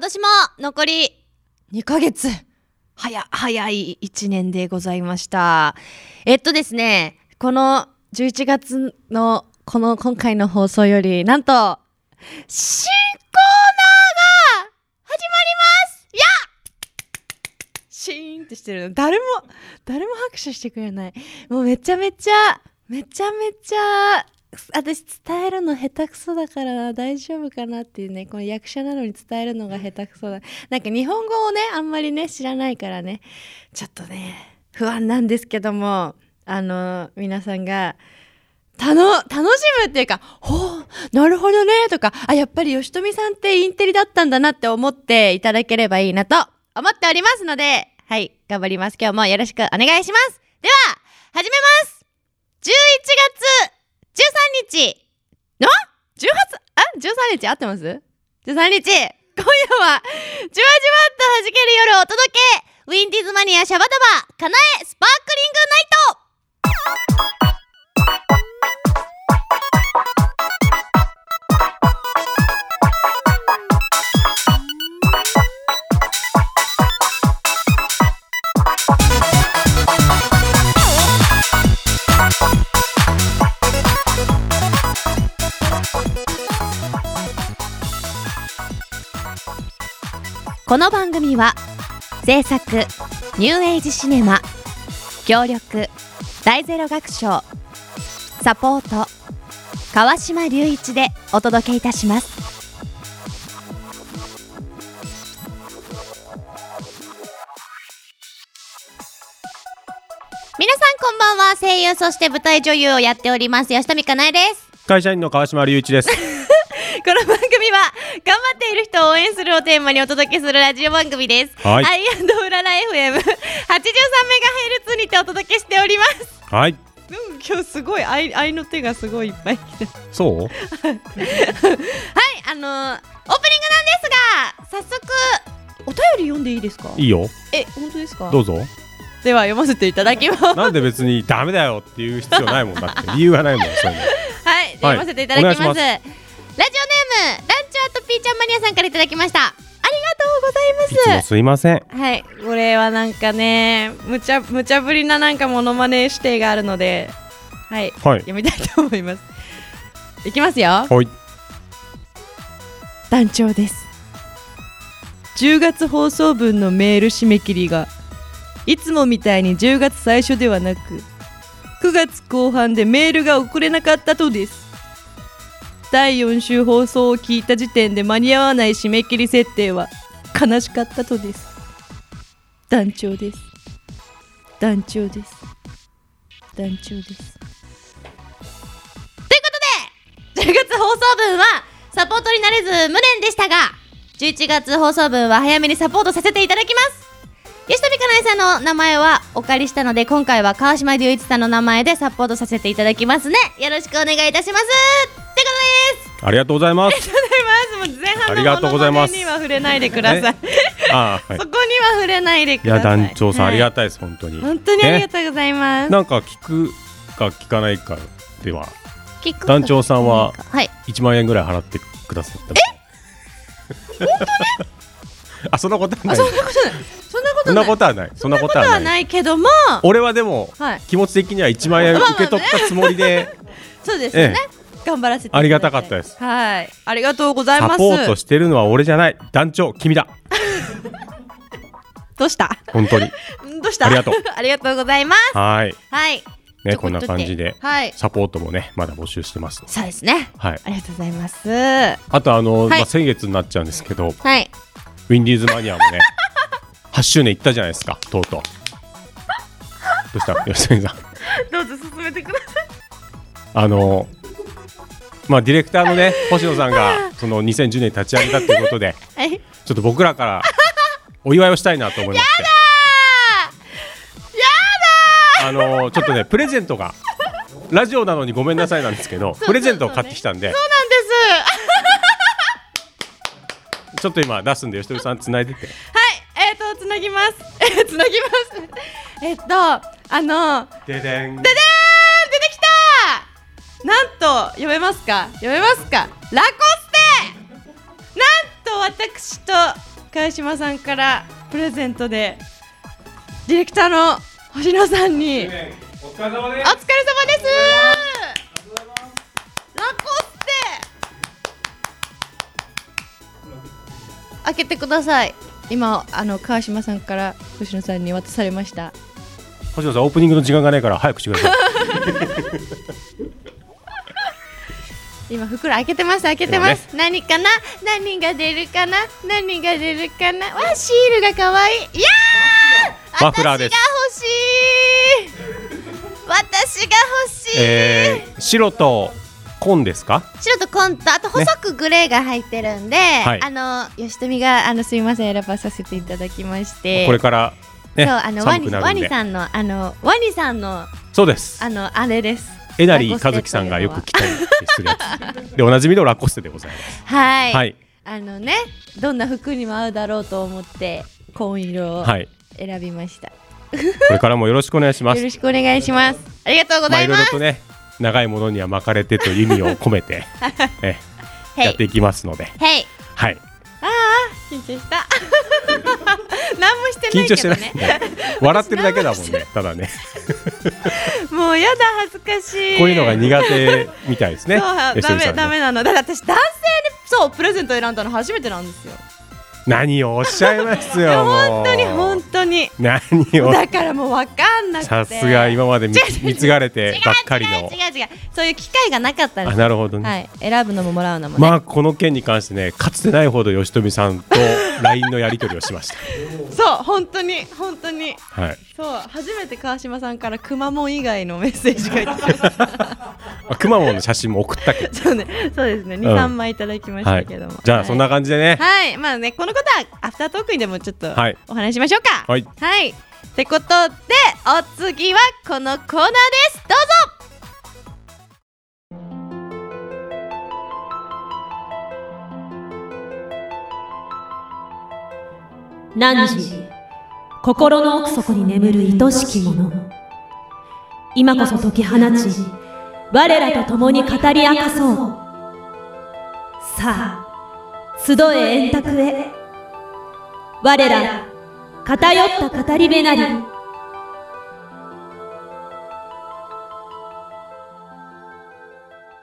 年も残り2ヶ月早早い1年でございましたえっとですねこの11月のこの今回の放送よりなんと新コーナーが始まりますやっシーンってしてるの誰も誰も拍手してくれないもうめちゃめちゃめちゃめちゃ私伝えるの下手くそだから大丈夫かなっていうねこの役者なのに伝えるのが下手くそだなんか日本語をねあんまりね知らないからねちょっとね不安なんですけどもあの皆さんがたの楽しむっていうか「ほうなるほどね」とか「あやっぱり吉富さんってインテリだったんだな」って思っていただければいいなと思っておりますのではい頑張ります今日もよろしくお願いしますでは始めます11月13日の 18? あ13日合ってます ?13 日今夜はじわじわっと弾ける夜をお届けウィンディーズマニアシャバダバかなえスパークリングナイトこの番組は制作ニューエイジシネマ協力大ゼロ学賞サポート川島隆一でお届けいたします皆さんこんばんは声優そして舞台女優をやっております吉富かなえです会社員の川島隆一です。 この番組は頑張っている人を応援するをテーマにお届けするラジオ番組です。はアいイアンドウララ FM 83メガヘルツにてお届けしております。はい。うん、今日すごい愛愛の手がすごいいっぱい来て。はい、そう？あのーオープニングなんですが、早速お便り読んでいいですか。いいよ。え、本当ですかどうぞ。では読ませていただきます。なんで別にダメだよっていう必要ないもんだって。 理由がないもん。そういうのはい、読ませていただきます。お願いしますラジオネームランチャーとピーちゃんマニアさんからいただきました。ありがとうございまいつもすいません。はい、これはなんかね、無茶無茶ぶりななんかモノマネ指定があるので、はい、はい。読みたいと思います。いきますよ。はい。団長です。10月放送分のメール締め切りがいつもみたいに10月最初ではなく9月後半でメールが送れなかったとです第4週放送を聞いた時点で間に合わない締め切り設定は悲しかったとです団長です団長です団長ですということで10月放送分はサポートになれず無念でしたが11月放送分は早めにサポートさせていただきます吉富かなえさんの名前はお借りしたので今回は川島隆一さんの名前でサポートさせていただきますねよろしくお願いいたしますってことですありがとうございまあす。りがとうございますもう前半ありがとうございますモノマネには触れない でくださいあー、はいそこには触れないでくいだやさい団長さんありがとたいです本当に。本当にありがねとうございます、なんか聞くか聞かないかではキック団長さんははい1万円ぐらい払ってくださった。え？本当に？ あそんなことはない。そんなことそんななそんないこことはない。そんなこととははない。ないけども俺はでもはい気持ち的には1万円受け取ったつもりで。そうですよね、頑張らせていだいてありがたかったですはいありがとうございますサポートしてるのは俺じゃない団長君だどう した 本当にどうしたありがとう ありがとうございますはいはいねこんな感じではいサポートもねまだ募集してますそうですねはいありがとうございますはあとあの、いまあ、先月になっちゃうんですけどウいィンディーズマニアも ね8周年いったじゃないですかとうとうどうした吉谷さんどうぞ進めてくださあのまあディレクターのね星野さんがその2010年立ち上げたということでいはいちょっと僕らからお祝いをしたいなと思いましてあのちょっとねプレゼントがラジオなのにごめんなさいなんですけどプレゼントを買ってきたんでそうなんですちょっと今出すんで吉富さん繋いでて はいえっ、ー、とつなぎますえーつなぎますえっ、とあのでででんでーん出てきたなんと読めますか読めますかラコステなんと私と川島さんからプレゼントでディレクターの星野さんにお疲れお疲れ様で様ですラコステ開けてください今あの川島さんから星野さんに渡されましたす星野さんオープニングの時間がないから早くしてください今袋開けてます開けてます、何かな何が出るかな何が出るかなわシールが可愛いいやーマフラーです私が欲しい私が欲しい、えー、白と紺ですか白とコントあと細くグレーが入ってるんで、はいあの吉富があのすみません選ばさせていただきましてこれからねそうあのワ寒ニくなワるんニでさんのあのワニさんのそうですあのあれですえなりラコステかずきさんがよく着たりするやつでおなじみのラコステでございますはい、はいあのねどんな服にも合うだろうと思って紺色をはい選びました、これからもよろしくお願いしまよすろしくお願いしますありがとうござまあいいろいまろす、とね長いものには巻かれてという意味を込 めてえへやっていいきますのでへいはい緊張した 何もしてな緊い張けしてどないねね 笑ってるだけだもんねただねもうやだ恥ずかしいこういうのが苦手みた いですねそう吉ダ住メさんダねメなのだって私男性にそうプレゼント選んだの初めてなんですよ何をおっしゃいますいやよも本う当に本当に何をだからもう分かんなくてさすが今まで見違う違う見つがれてばっかり違う違のう違う違うそういう機会がなかったんであすなるほどね、はい選ぶのももらうのもね、まあこの件に関してねかつてないほど吉富さんと LINE のやり取りをしましたそう本当に本当にはいそう初めて川島さんからくまモン以外のメッセージが来てまあくまモンの写真も送ったけど そうねそうですね23、枚いただきましはたいけども、じゃあそんな感じでねはい、はいまあねこのことはアフタートークにでもちょっとはいお話ししましょうかはいってことでお次はこのコーナーですどうぞ汝心の奥底に眠る愛しきもの今こそ解き放ち我らと共に語り明かそうさあ集え円卓へ我ら偏った語り部なりで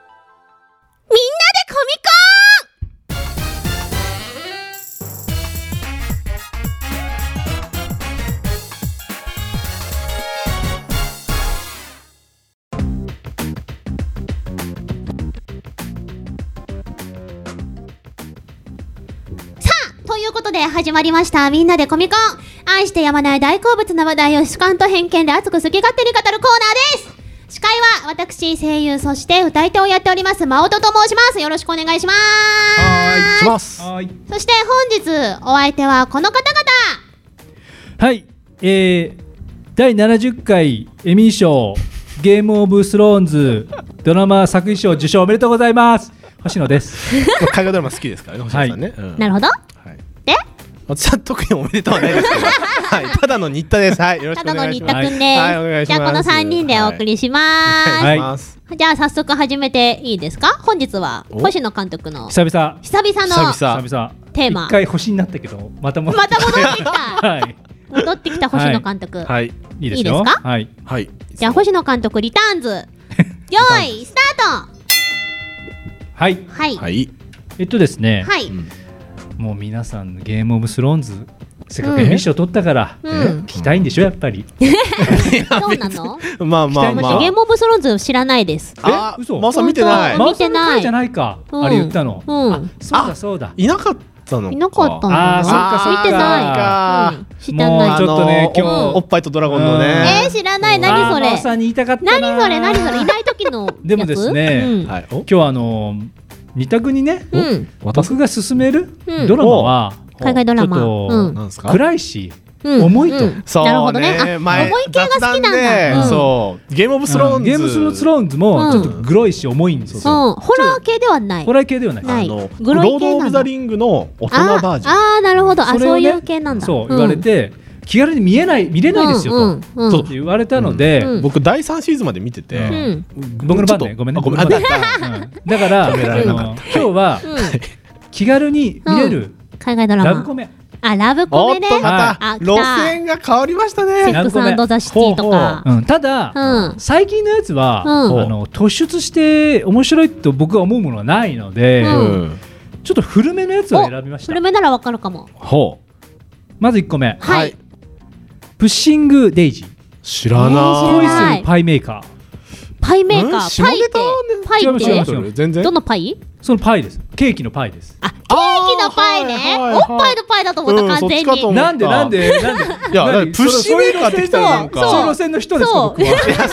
コミコということで始まりましたみんなでコミコン愛してやまない大好物な話題を主観と偏見で熱く好き勝手に語るコーナーです司会は私声優そして歌い手をやっております真音と申しますよろしくお願いしまはーい、します。はい。すそして本日お相手はこの方々はい。えー、第70回エミー賞ゲームオブスローンズドラマ作品賞受賞おめでとうございます。星野です。 まあ海外ドラマ好きですからね、星野さんね。うんなるほどはい。で私は特におめでとう はないですけど。はい、ただの新田です。はい、よろしたくだおの願い新しま田す。くんはいはいお願ですじいしますゃあこの3人でお送りします、はい、ますじゃあ早速始めていいですか本日はお星野監督の久久々。々の久々。久々。テーマ一回星になったけど、またも。また戻ってきたはい。戻ってきた星野監督、はい。いいですいよ。いですかはい。はい。じゃあ星野監督リターンズよーいスターはい。トはい、はい。えっとですね。はいもう皆さん、ゲームオブスローンズ。せっかくエミー賞取ったから。うん聞きたいんでしょやっぱり。どうなのまあ まあま期待しあてゲー。ムオブスローンズ知らないですあ、嘘まさん見てない本。マ見ウスてのない回じゃないか。うんあれ言ったの。うんあそうだそうだ。いなかったの。いなかったんあーそっだかそっか見てないあうん知らもうないちょっとねあの今ー日おっぱいとドラゴンのうんねえ。ー、知らないあ何ーそマウれスさんに言いたかったな何それ何それいない時のやつでもですねうんはい。お今日はあのー二択にね、うん僕が勧めるうんドラマは、海外ドラマちょっとうんなんですか。暗いし、うん重いとうんそうなるほどねあ前重い系が好きなんだ雑談うんでそう。ゲームオブスローンズ。ゲームスロースローンズもちょっとグロいし重いんですよ、うんホラー系ではないホラー系ではないないあのグロい系なんだロード・オブ・ザ・リングの大人あバージョンあーなるほどあれそをうねいう系なんだそう言われて、気軽に見えない見れないですよと、うんうんうんそう言われたので、うん僕第3シーズンまで見てて、ううん僕の番ちょっねとごめんねあごめん僕の番あうんだからあめられなかの今日はうん気軽に見れる海外ドララブマコメ、あ、ラブおコっメね。とまあた路線が変わりましたセねックスザ・シティとか。うん、ただ、うん最近のやつは、うんあの突出して面白いと僕は思うものはないので、ううんちょっと古めのやつを選びました古めならわかるかも。ほうまず1個目ははいい。プッシングデイジー知ら知らな恋いないするパイメーカーパイメーカうんー。下パイってネタはね。パイ違いまっすて違いま。す全然どのパイそのパイですケーキのパイですあ、ケーキのパイね。あーはいはいおはいっぱいのパイだと思った、完全うんそっちかとに。思ったなんでなんでなんでいや何プッシュメーカーってきたらなん かそそうの路線の人ですかそう僕は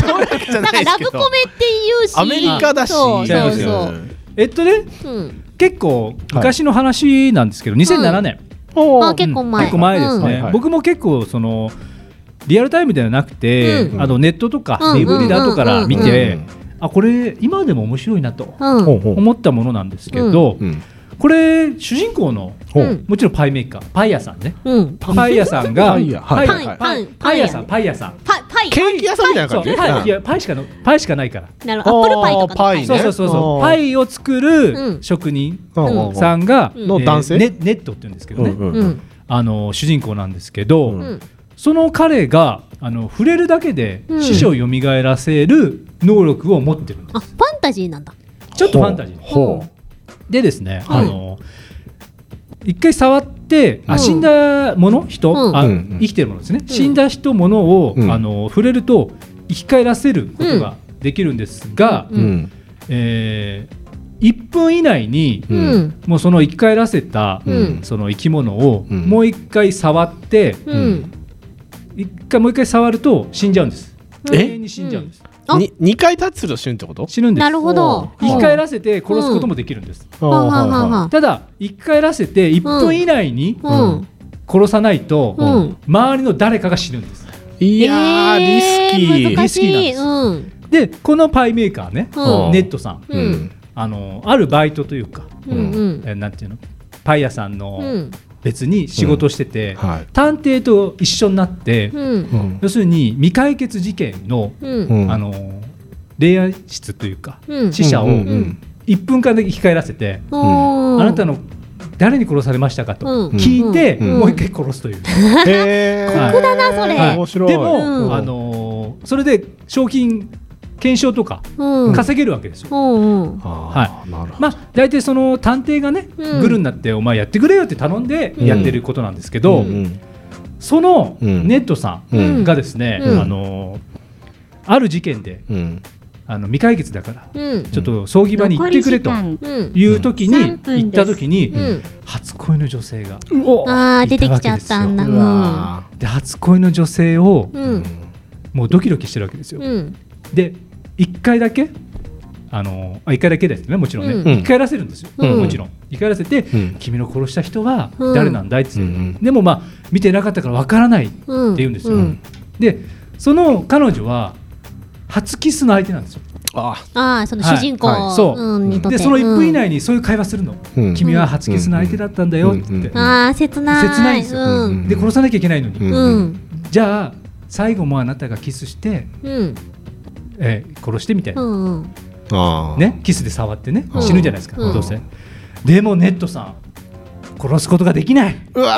じゃだなかいでらラすけブどコメっていうし。アメリカだしそうそう違いそえっとねう。うん。結構昔の話なんですけど、2007年、おあ、ー結構前。結構前ですね、はいはい僕も結構そのリアルタイムではなくて、うんあのネットとかうん DVD だとかうんうんら見うてんあこれ今でも面白いなとうん。うん。ほう思ったものなんですけど、うんこれ主人公のほうんうもちろんパイメーカーパイ屋さんねうん。パイ屋さんがパイ屋パイはいはいパはいイパイ屋さんパイ屋さんパイ、パイ。ケーキ屋さんみたいなそ感うじパイいやパイしかのパイしかないからなるほど。アップルパイとかのあーパイいいねそうそうそうそうあーパイを作うんる職人うんうんさんが、うんえーの男性ねネットって言うんですけどね、うんううんん。あの主人公なんですけど、うんうん。その彼があの触れるだけでうん死者を蘇らせる能力を持ってるんです、あ、ファンタジーなんだ。ちょっとファンタジーですほうでですね、はいあの一回触って、うんあ死んだもの人、うんあうんうん生きてるものですね、死んだ人ものを、うんあの触れると生き返らせることができるんですが、うんうんえ1分以内に、ううんん。もうその生き返らせた、うんその生き物を、うんもう一回触って、うん。一回もう一回触ると死んじゃうんですえ永遠に死んじゃうんです、あに二回タッチすると死ぬってこと死ぬんですなるほど。生き返らせて殺すこともできるんです、あーはんはんはんはんただ生き返らせて1分以内にうん。殺さないと、うん周りの誰かが死ぬんですいやー、えリスキー。難しい。リスキーうん。でこのパイメーカーね、うんネットさんううんん。あのあるバイトというか、うん。うん。えなんていうのパン屋さんうのん。別に仕事してて、はい。探偵と一緒になって、うん。うん。要するに未解決事件の、うん。あ の恋愛室というか、うん死者をうんうん1分間だけ生き返らせて、ああなたの誰に殺されましたかとうん聞いて、うんもう一回殺すという、へー。酷だなそれはい面白い。でも、うんあのーそれで賞金検証とかうん。稼げるわけですよ、うん。うん。あーなるほまあ大体その探偵がね、うんグルになってお前やってくれよって頼んでんやってることなんですけど、ど。うんそのうんネットさうんんがですね、うんあのーある事件でうん。あの未解決だからうん。ちょっと葬儀場に行ってくれとうん。いう時残りに時間行った時に、うん。初恋の女性がああ、出てきちゃったんだ。うわで初恋の女性をうーん。もうドキドキしてるわけですよ、うん。で1回だけあのあ1回だけですねもちろんね、うん1回やらせるんですよ、うんもちろん1回やらせて、ん君の殺した人は誰なんだいっつって、うんうんでもまあ見てなかったからわからないってうん。言うんですよ、うんでその彼女は初キスの相手なんですよあああ、その主人公はいはいそうんにとっでて。その1分以う内にそういう会話するの、うん君は初キスの相手だったんだよって言って、うんうんんああ、切ない。切ないですようん。んで殺さなきゃいけないのに、うんうん。じゃあ最後もあなたがキスして、うん。えー殺してみたいなう、ん。ーあー。ね、キスで触ってねうん死ぬじゃないですか、うんどうせでもネットさん殺すことができないうわー。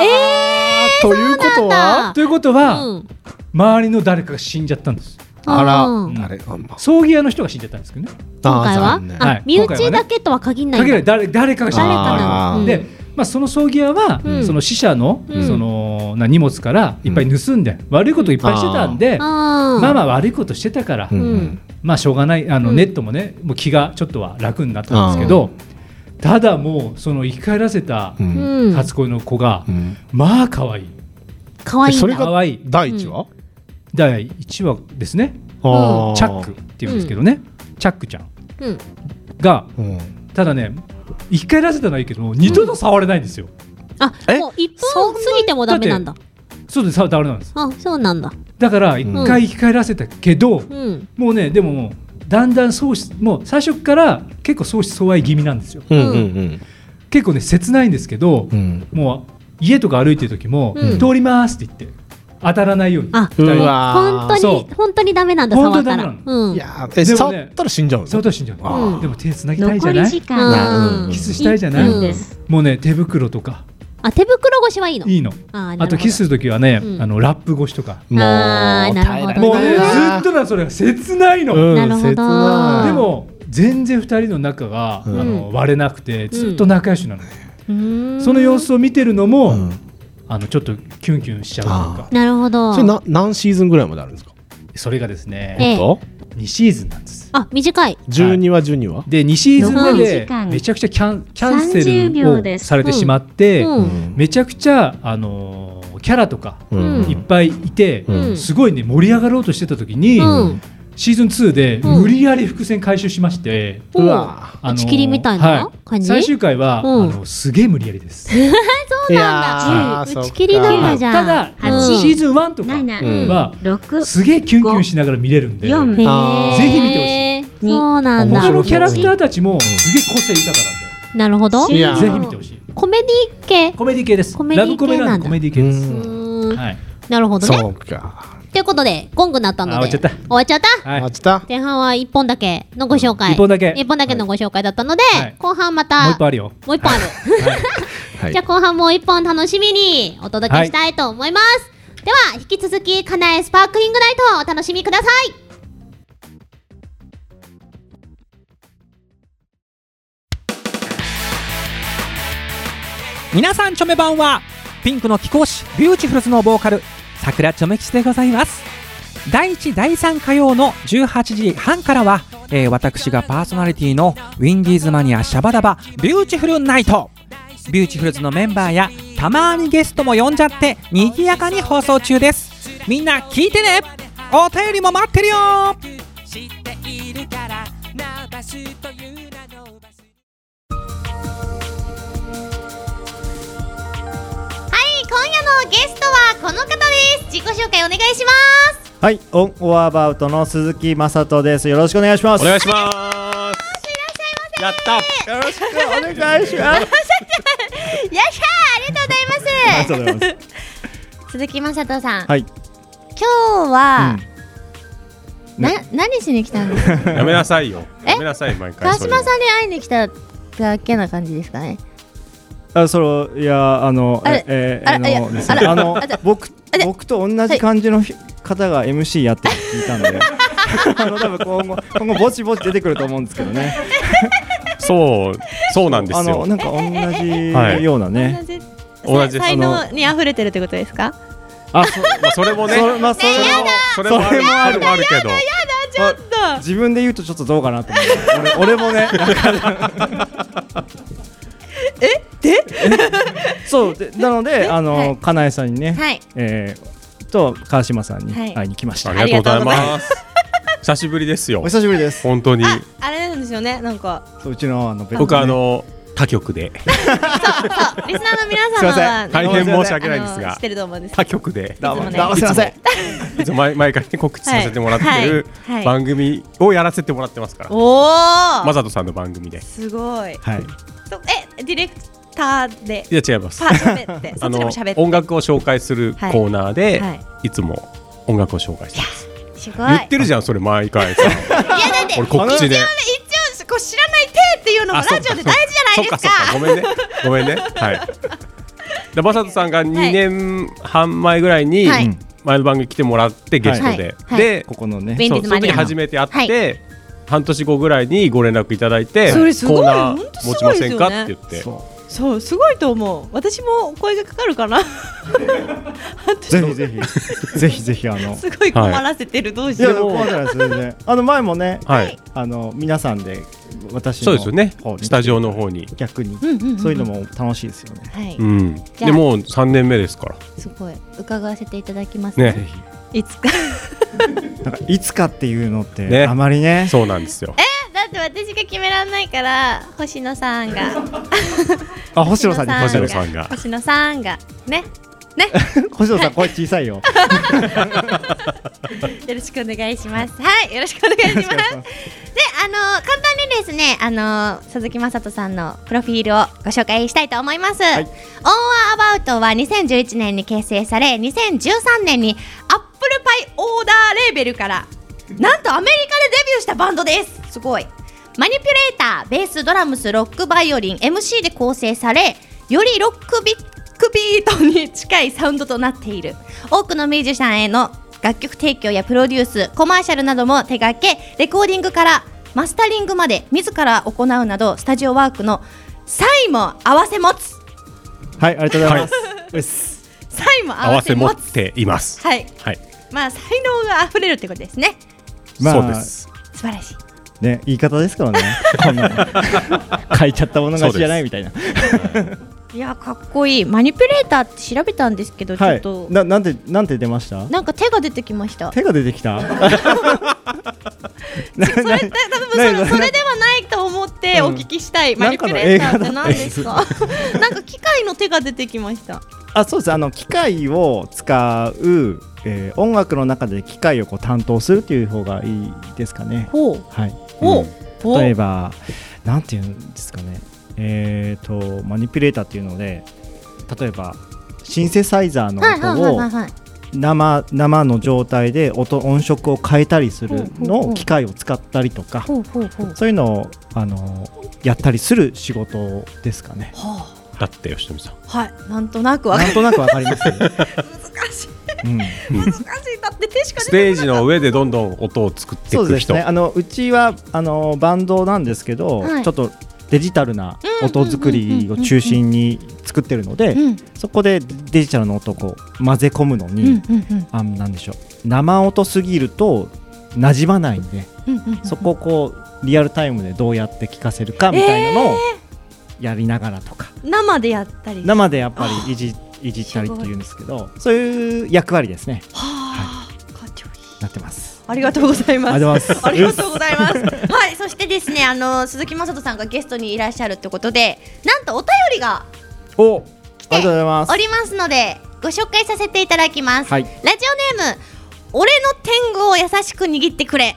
ということはということうは、ん。周りの誰かが死んじゃったんですあうんら、あれ、あま葬儀屋の人が死んじゃったんですけどね今回は残念はあい、身今回内はねだけとは限らないんかだ。けら誰誰かが死んじ誰ゃかっなの。たあーうんで、まあ、その葬儀屋は、うんその死者の,、うんそのな荷物からいっぱい盗んで、悪いこといっぱいしてたんであーまあまあ悪いことしてたから、うんうん。まあしょうがないあの、うんネットもねもう気がちょっとは楽になったんですけどただもうその生き返らせたううんん。初恋の子が、うんまあ可愛い可愛いんそれだ。が可愛い第一話第1話ですねあーチャックっていうんですけどね、チャックちゃんうん。がうんただね生き返らせたのはいいけど二度と触れないんですよ、あ、えもう一分過ぎてもダメなんだ。そうです触れなんですあ、そうなんだ。だから一回生き返らせたけど、うん。もうねでももうだんだん相思もう最初から結構相思相愛気味なんですようんうん結構ね切ないんですけど、うんうんもう家とか歩いてる時も、うん通りますって言って当たらないようにあ、うもうわー本当そに本当にダメなんだ本触当ったダメならの。うん。いやーえでもね触ったら死んじゃうのその年死んじゃうのあーでも手つなぎたいじ残ゃなりい時うん間うんキスしたいじゃない、うんもうね手袋とかあ手袋越しはいいのいいのあーなるほどあとキスするときはね、うんあのラップ越しとかもうあーなるほど耐えられもうなねずいなっとなそれが切ないの、うんなるほど切ないでも全然二人の仲が、うんあの割れなくてずっと仲良しなの、そその様子を見てるのも、うんあのちょっとキュンキュンしちゃうというかなるほどそれな何シーズンぐらいまであるんですかそれがですええね、と二2シーズンなんですあ短い12話12話で2シーズン目残りで時間めちゃくちゃキャンキャ30ンセ秒ルでをすされてしまって、うんめちゃくちゃ、あのーキャラとかううんいっぱいいて、うんすごいね盛り上がろうとしてた時に、うんシーズン2でうん無理やり伏線回収しまして、おうわあのー打ち切りみたいなはい感じ最終回は、うんあのすげえ無理やりです。そうなん打ち切りなんだじゃんただ、うんあのシーズン1とか七、うんは、六、すげえキュンキュンしながら見れるんで四面ぜあーひ見てほしいへーそうなんだ面白い白キャラクターたちもすげえ個性豊かなるほどいやなんでぜひ見てほしいコメディ系コメディ系ですコメディ系ラブコメなんなんでだコメディ系でううすーんはいなるほどねそうかということでゴングなったのであ終わっちゃった終わっちゃったはいあちた前半は1本だけのご紹介一本だけ一本だけのご紹介だったのではい後半まもうた一本あるよもう一本あるはい じゃあ後半もう一本楽しみにお届けしたいと思います、では引き続きかなえスパークリングナイトをお楽しみください皆さんチョメ版はピンクの貴公子ビューティフルズのボーカル桜チョメ吉でございます第1第3火曜の18時半からは、えー私がパーソナリティのウィンディーズマニアシャバダバビューティフルナイトビューティフルズのメンバーやたまにゲストも呼んじゃって賑やかに放送中ですみんな聞いてねお便りも待ってるよはい今夜のゲストはこの方です自己紹介お願いしますはい、オンオアバウトの鈴木雅人です。よろしくお願いします。お願いしますやったよろしくお願いします。よっしゃーありがとうございまありがとうございます。す鈴木雅人さんはい、今日は、うんねな何しに来たんですかやめなさいよえやめなさい毎回川 それ島さんに会いに来ただけな感じですかね あ、そのいやあのあれええああらいやのですあねらあのあら僕あら僕と同じ感じのひ方が MC やっていたんで、 あの多分今後今後ぼちぼち出てくると思うんですけどね。そうそうなんであすのよなんか同はいじようなね。同じです才能に溢れてるってことですかあ、そまあそれもねそまあそれもそれもあるそれもあるそれもあるけどまあ自分で言うとちょっとどうかなと思って。俺俺もね。なんかでそうでなのであはのいかなえさんにね。はいえー、と川島さんにはい会いに来ました。ありがとうございます久しぶりですよお久しぶりです。本当にああれなんですよねなんかそううちのあの僕あの他局でリスナーの皆すいません様は大変申し訳ないんですあのがしてると思うんです 他局でどういもつもねどうもすいません。いつも毎毎回ね告知させてもらってるはいはい番組をやらせてもらってますからおマおサトさんの番組ですごいはい。そえディレクター でいや違いますパー喋ってそあっちでのも喋って音楽を紹介するコーナーで、はいいつも音楽を紹介してます、すごいい言やってるじゃんそれ毎回さだって俺告知で一応こう知らない手っていうのもあそっラかジオで大事じゃないですそっかそっかごめんねごめんねはいでマサトさんが2年半前ぐらいにはい前の番組来てもらってゲストで、はいで、ここの便ね。そ利うそでのマリ時アの初めて会って、半年後ぐらいにご連絡いただいてそれすごいコーナ本ー当持すちごまいですせよねんかって言ってそうすごいと思う私もお声がかかるかな ぜひぜ ひぜひぜひあの。すごい困らせてる、どうしいやよう困ってないです全然。あの前もねはいあの皆さんで私そのうですよね方にスタジオの方に逆にんうんうんうんそういうのも楽しいですよね。はいうんじゃあでもう3年目ですからすごい伺わせていただきますねいつか なんかいつかっていうのっねてあまりね。そうなんですよだって私が決められないから星野さんがあ星野さんに星野さんが星野さんがね 星野さん声小さいよ。よろしくお願いしますはいよろしくお願いしますであの簡単にですねあの鈴木雅人さんのプロフィールをご紹介したいと思います、い On or About は2011年に結成され2013年にアップルパイオーダーレーベル からなんとアメリカでデビューしたバンドですすごいマニピュレーター、ベース、ドラムス、ロック、バイオリン、MC で構成され、よりロックビックビートに近いサウンドとなっている多くのミュージシャンへの楽曲提供やプロデュースコマーシャルなども手掛けレコーディングからマスタリングまで自ら行うなどスタジオワークの才も合わせ持つはい、ありがとうございます。才も合合わわせせ持持つっています。はいはい、まあ才能が溢れるってことですねまあそうです。素晴らしいね、言い方です からね。こんな の書いちゃったもの勝ちじゃないみたいな。いやかっこいいマニピュレーターって調べたんですけど、はちょっい。とな、なんて、なんて出ました。なんか手が出てきました手が出てき た。それって多分それそれではないと思ってお聞きしたい、うんマニピュレーターっなてんか何のですか なんか機械の手が出てきましたあ、そうです。あの機械を使う、えー音楽の中で機械をこう担当するっていう方がいいですかね。ほうはい。ほうほ例えうば、なんていうんですかね。えっ、と、マニピュレーターっていうので、例えば。シンセサイザーのはいはいはい音はをいはい生生の状態で音音色を変えたりするのを機械を使ったりとかほうほうほうそういうのをあのやったりする仕事ですかね。だって吉富さん。はいなんとなくわかなんとなくわかります、 難しいうん、難しいだって手しかス出てテージの上でどんどん音を作っていそうくです人。ねあのうちはあのバンドなんですけど、はいちょっとデジタルな音作りを中心に作ってるので、うんうんそこでデジタルの音をこう混ぜ込むのに、うんうんあなんでしょう生音すぎるとなじまないんで、そこをこうリアルタイムでどうやって聞かせるかみたいなのをやりながらとか、生でやったり生でやっぱりいじいじったりっていうんですけどそういう役割ですねはあかっちょいいなってます。ありがとうございますありがとうございますありがとうございます。 はい、そしてですね、あの鈴木雅人さんがゲストにいらっしゃるということで、なんとお便りがおありがとうございますお。りますので、ご紹介させていただきます。はいラジオネーム、俺の天狗を優しく握ってくれ、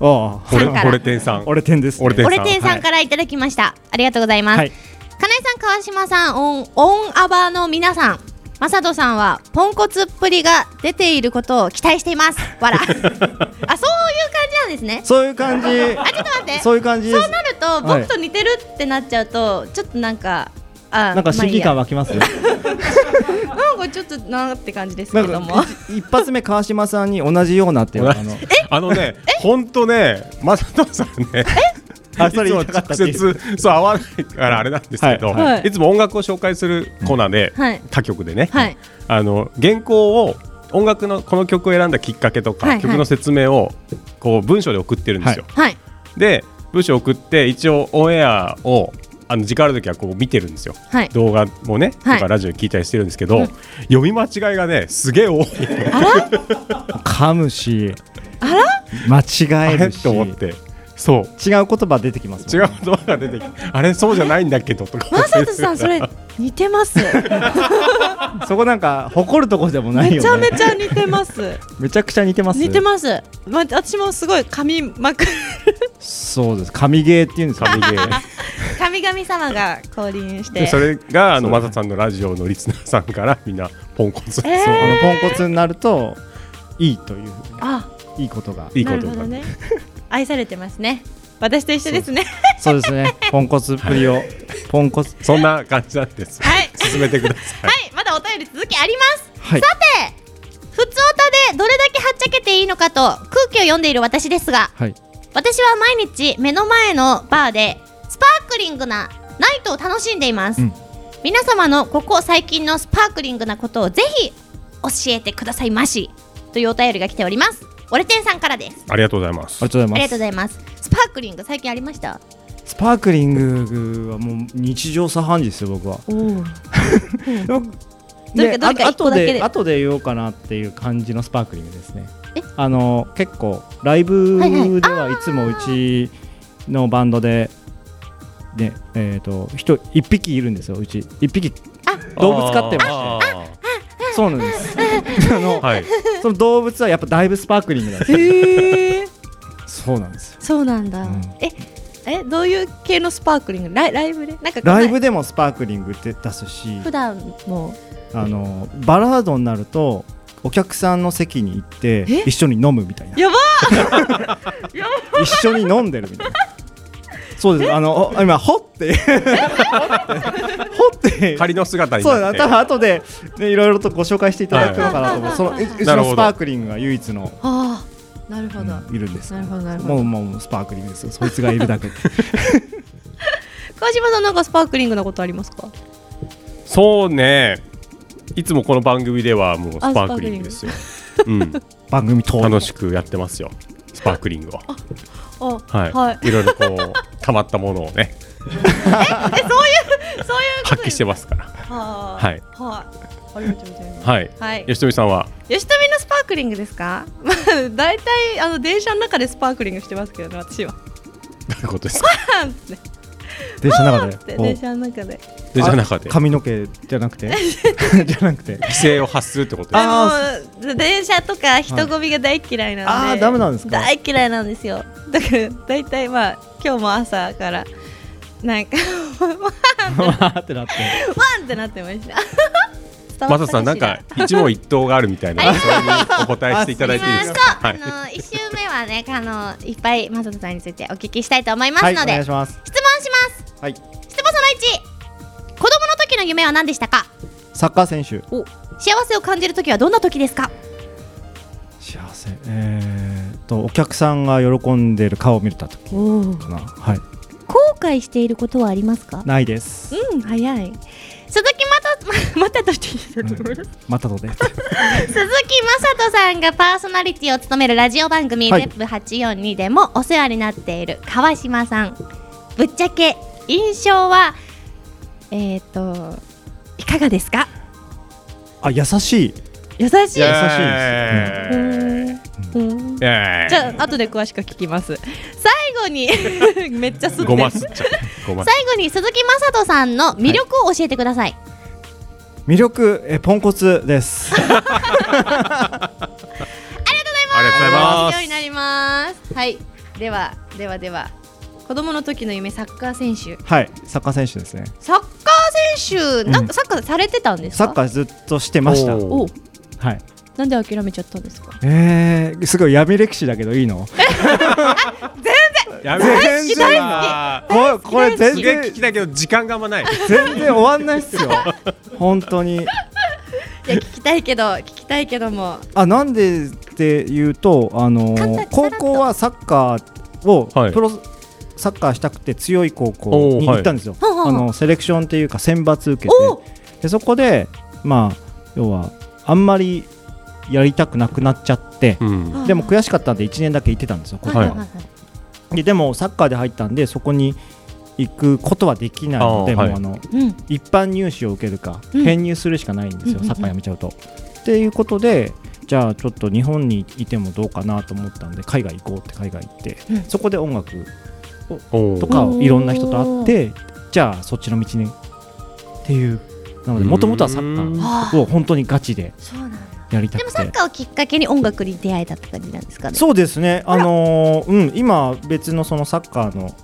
ああこれさんからこれ店さん。俺点です、ね。俺点俺天さんからいただきました。ありがとうございます。はい。金井さん、川島さん、オンオンアバの皆さん。マサトさんはポンコツっぷりが出ていることを期待しています。 わら。あ、そういう感じなんですね。そういう感じ。あ、ちょっと待って。そういう感じです。そうなるとはい僕と似てるってなっちゃうと、ちょっとなんかあなんか審議感は湧きますね。なんかちょっとなーって感じですけなんどもかい一発目川島さんに同じようなっていうあのあのね、本当ね、マサトさんね。あいつも言いたかっ直たっていう接そう合わないからあれなんですけど、はいいはいつも音楽を紹介するコーナーで、はい他局でね、はいあの原稿を音楽のこの曲を選んだきっかけとか、はいはい曲の説明をこう文章で送ってるんですよ。はいで文章送って一応オンエアをあの時間ある時はこう見てるんですよ。はい動画もね、はいとかラジオ聞いたりしてるんですけど、読み間違いがねすげえ多い噛むしあら間あ違えれるしと思ってそう違う言葉出てきますも違んう言葉が出てきて あれそうじゃないんだけどとかマサトさんそれ似てますそこなんか誇るとこでもないよねめちゃめちゃ似て ますめちゃくちゃ似てます似てます、ま、私もすごい髪まくそうです神ゲーっていうんですか神ゲー神々様が降臨しでてそれがあのそうだマサさんのラジオのリスナーさんからみんなポンコツ、えそうーあのポンコツになるといいというあいいことがいいこなとるほになどるね愛されてますね私と一緒ですねそうですねポンコツっぷりをポンコツそんな感じなんです、はい進めてください、はいまだお便り続きありますはいさてふつおたでどれだけはっちゃけていいのかと空気を読んでいる私ですがはい私は毎日目の前のバーでスパークリングなナイトを楽しんでいます、うん皆様のここ最近のスパークリングなことをぜひ教えてくださいましというお便りが来ておりますオレテンさんからですありがとうございますありがとうあごりざがというまごすざいますスパークリング最近ありましたスパークリングはもう日常茶飯事ですよ僕は おお僕どれかねどれかあ一個だけで後後で言おうかなっていう感じのスパークリングですねえあの結構ライブはいはいではいつもうちのバンドで、ねえー、と人1匹いるんですようち1匹動物飼ってましてあそうなんですあーの はいその動物はやっぱだいぶスパークリングなんですよそうなんですよそうなんだ、うんええどういう系のスパークリングライライブでなんかライブでもスパークリングって出すし普段もあのバラードになるとお客さんの席に行ってえ 一緒に飲むみたいなやば一緒に飲んでるみたいなそうですあのお今「ほ」っていうほっていう仮の姿に そうなっだて多分後でねいろいろとご紹介していただくのかなと思う、そのうちなるのほどスパークリングが唯一のああなるほど、いるんですなるほどなるほどもうもうスパークリングですよそいつがいるだけで 川島さんなんかスパークリングなことありますかそうねいつもこの番組ではもうスパークリングですよ、うん、番組通 楽しくやってますよスパークリングをあは い、、はいろいろこう溜まったものを ねそういうこと発揮ですしてますからははいあはいありがとうございますはいはい吉富さんは吉富のスパークリングですか まあ大体あの電車の中でスパークリングしてますけどね私はどういうことですかパンって電車の中ってで電車の中ででじゃなくてあ髪の毛じゃな くてじゃなくて規制を発するってことですあの電車とか人混みが大嫌いなんで、はいあーダメなんですか大嫌いなんですよだから大体まあ今日も朝からなんかわわ ーってなってーんってなってました マサさんな んか一問一答があるみたいなそういうお答えしていただいていいですかあはいの一周目はね、あのいっぱいマサトさんについてお聞きしたいと思いまはすいおので、願い質します問します。はい質問その1、子供の時の夢は何でしたか。サッカー選手幸せを感じる時はどんな時ですか。幸せえー、っとお客さんが喜んでる顔を見れた時かなはい後悔していることはありますか。ないです、うん、早い。鈴木まと、 またとしてうん、またど うで鈴木雅人さんがパーソナリティを務めるラジオ番組「はい ZEP842」でもお世話になっている川島さんぶっちゃけ印象はえっ、といかがですかあ優しい優しいやイエーイイエーイじゃあ後で詳しく聞きます最後 にめっちゃ吸ってるごますっちゃうごます最後に鈴木雅人さんの魅力を教えてください、魅力えポンコツ ですありがとうございま以上になりますはいではではでは子供の時の夢サッカー選手はい、サッカー選手ですね。サッカー選手なんかサッカーされてたんですか、サッカーずっとしてました。おーはい。なんで諦めちゃったんですかえー、すごい闇歴史だけどいい の？すやめ全然これこれ全すげえ然聞きたいけど時間があんまない全然終わんないっ すよ。本当に。いや聞きたいけど聞きたいけどもあ、なんでっていうと、あの簡単にさら高っと校はサッカーを、はいプロサッカーしたくて強い高校に行ったんですよ。おーはいあのセレクションっていうか選抜受けておお、でそこでまあ要はあんまりやりたくなくなっちゃって。うんでも悔しかったんで1年だけ行ってたんですよ、高校はいはででもサッカーで入ったんでそこに行くことはできないのあでーもうはいあのうん一般入試を受けるか、うん編入するしかないんですよ、サッカーやめちゃうと。っていうことでじゃあちょっと日本にいてもどうかなと思ったんで海外行こうって海外行って、うんそこで音楽おとーかをいろんな人と会ってじゃあそっちの道ねっていうなのでもともとはサッカーを本当にガチでそうなんだやりたでもくサッて。カーをきっかけに音楽に出会えたって感じなんですかねそうですね、あのーうん、今、別のそのサッカーの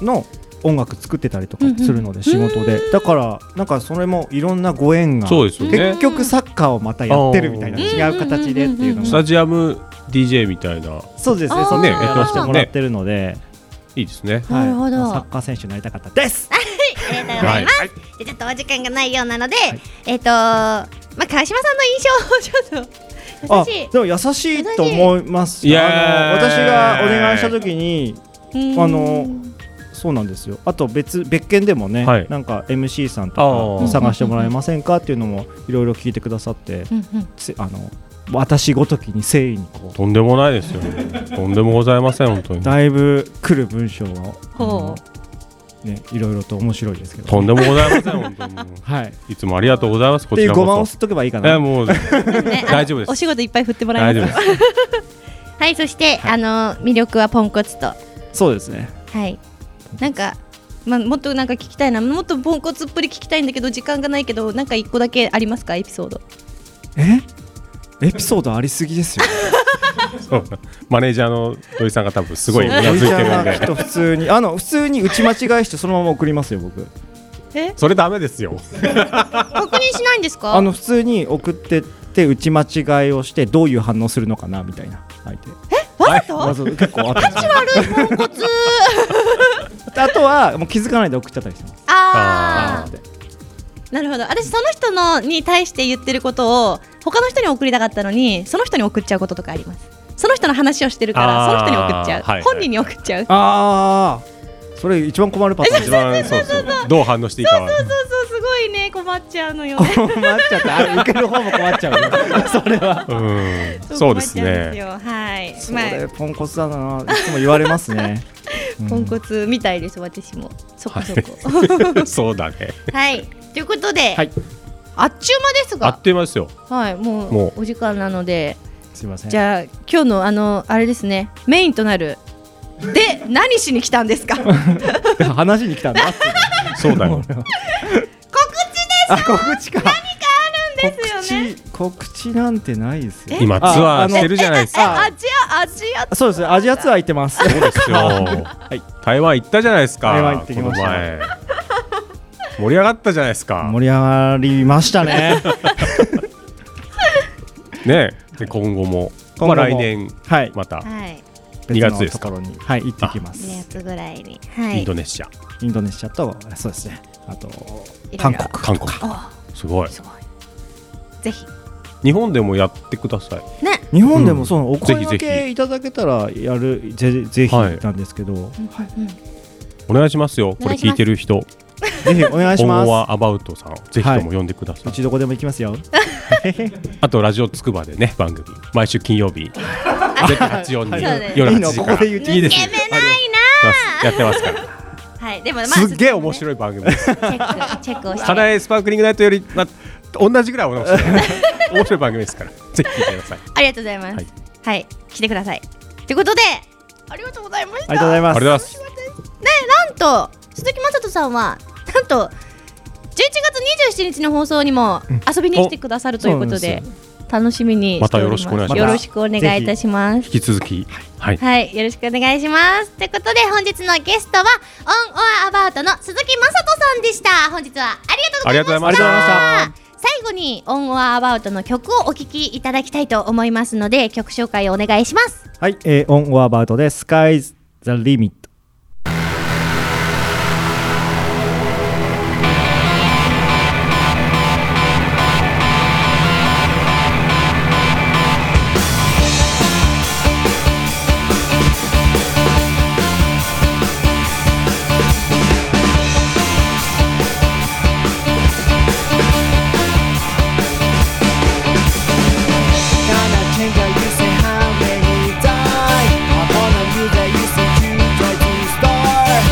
の音楽作ってたりとかするので、仕事で、だから、なんかそれもいろんなご縁が、そうですよね結局、サッカーをまたやってるみたいな、うん違う形でっていうのスタも、ジアム DJ みたいなそうですね、あーそうね、ねやらせてもらってるので、いいですねはないるほどサッカー選手になりたかったです。ありがとうございます、でちょっとお時間がないようなので、えっ、とまあ川島さんの印象をちょっあと優しいでも優しいと思います優しいあのイエーイ私がお願いした時にあのそうなんですよあと別別件でもね、はいなんか MC さんあとーか探してもらえませんかっていうのもいろいろ聞いてくださって、せあの私ごときに誠意にこうとんでもないですよとんでもございません本当にだいぶ来る文章をあほのねいろいろと面白いですけど、とんでもございません本当にはいっいつもありがとうございますこてちいうらこごまをそ吸っとけばいいかえな、もうね大丈夫ですお仕事いっぱい振ってもら大い丈夫まですすはい、そして、あの魅力はポンコツと。そうですねはい。なんか、まあ、もっとなんか聞きたいなもっとポンコツっぷり聞きたいんだけど時間がないけどなんか一個だけありますかエピソードえエピソードありすぎですよそうマネージャーの土井さんが多分すごいそう うなずいてるんおじちゃんはきっでと普通にあの普通に打ち間違いしてそのまま送りますよ僕それダメですよ確認しないんですかあの普通に送ってって打ち間違いをしてどういう反応するのかなみたいな相手 わざとわざと結構あったんですよあとはもう気づかないで送っちゃったりしてます。ああーなるほど私その人のに対して言ってることを他の人に送りたかったのにその人に送っちゃうこととかありますその人の話をしてるからあーその人に送っちゃう、はいはい本人に送っちゃうああ、それ一番困るパターン一番そうそうどう反応していいかはそうそうすごいね困っちゃうのよね困っちゃった。あれ受ける方も困っちゃう ね。それは。うん そうです困っちゃんですねよはいそまれポンコツだな。いつも言われますね。あポンコツみたいです私もそこそこそうだねはいということで、はいあっちゅう間ですあっがという間ですよはいもうもお時間なのですいません。じゃあ今日のあのあれですねメインとなるで何しに来たんですか告知話に来 たんだっていうね。そうだよあ告知か。何かあるんですよね告知告知なんてないですよ。今ツアーしてるじゃないですえかアジアアジアそうですね。アジアツアー行ってます。そうですよい台湾行ったじゃないですか台湾行ってきましたこの前盛り上がったじゃないですか 盛り上がりましたね。 ねで今後も今後もまあ来年はい。またはい2月です別のとかころにはい行ってきます。 2月ぐらいにはイいンドネシアインドネシアとそうですね。あといろ韓いろ韓国。国すごいすごいぜひ日本でもやってください日本でもそのおぜ声ひぜ掛ひけいただけたらやるぜぜひはいなんですけど、お願いしますよこれ聞いてる人ぜひお願いし今後 まはアバウトさんをぜひとも呼んでくだす。さういちどこでも行きます よ。あとラジオつくばでね番組毎週金曜日 Z84 そうねに夜いい8の時こからこでや言っていいですよ。ってますからはいでもまあすっげえ面白い番組ですチェックチェックをしてカナエスパークリングナイトよりまあ同じぐらい面白い 面白い番組ですからぜひ聞いてくださいありがとうございますはいはい来てくださいということでありがとうございましたありがとうございあまりがとうごす。ざいますなんと鈴木雅人さんはなんと11月27日の放送にも遊びに来てくださるということで,、楽しみにしておりますまたよろしくお願いしますよろしくお願いいたします引き続きはいはいよろしくお願いしますということで本日のゲストはオン・オア・アバウトの鈴木雅人さんでした本日はあありりががととううごござざいいままししたた最後にオン・オア・アバウトの曲をお聴きいただきたいと思いますので曲紹介をお願いしますはい、えー、オンオアバウトで Sky's the Limit。 Gonna change I used to how many die Upon a you that used to do try to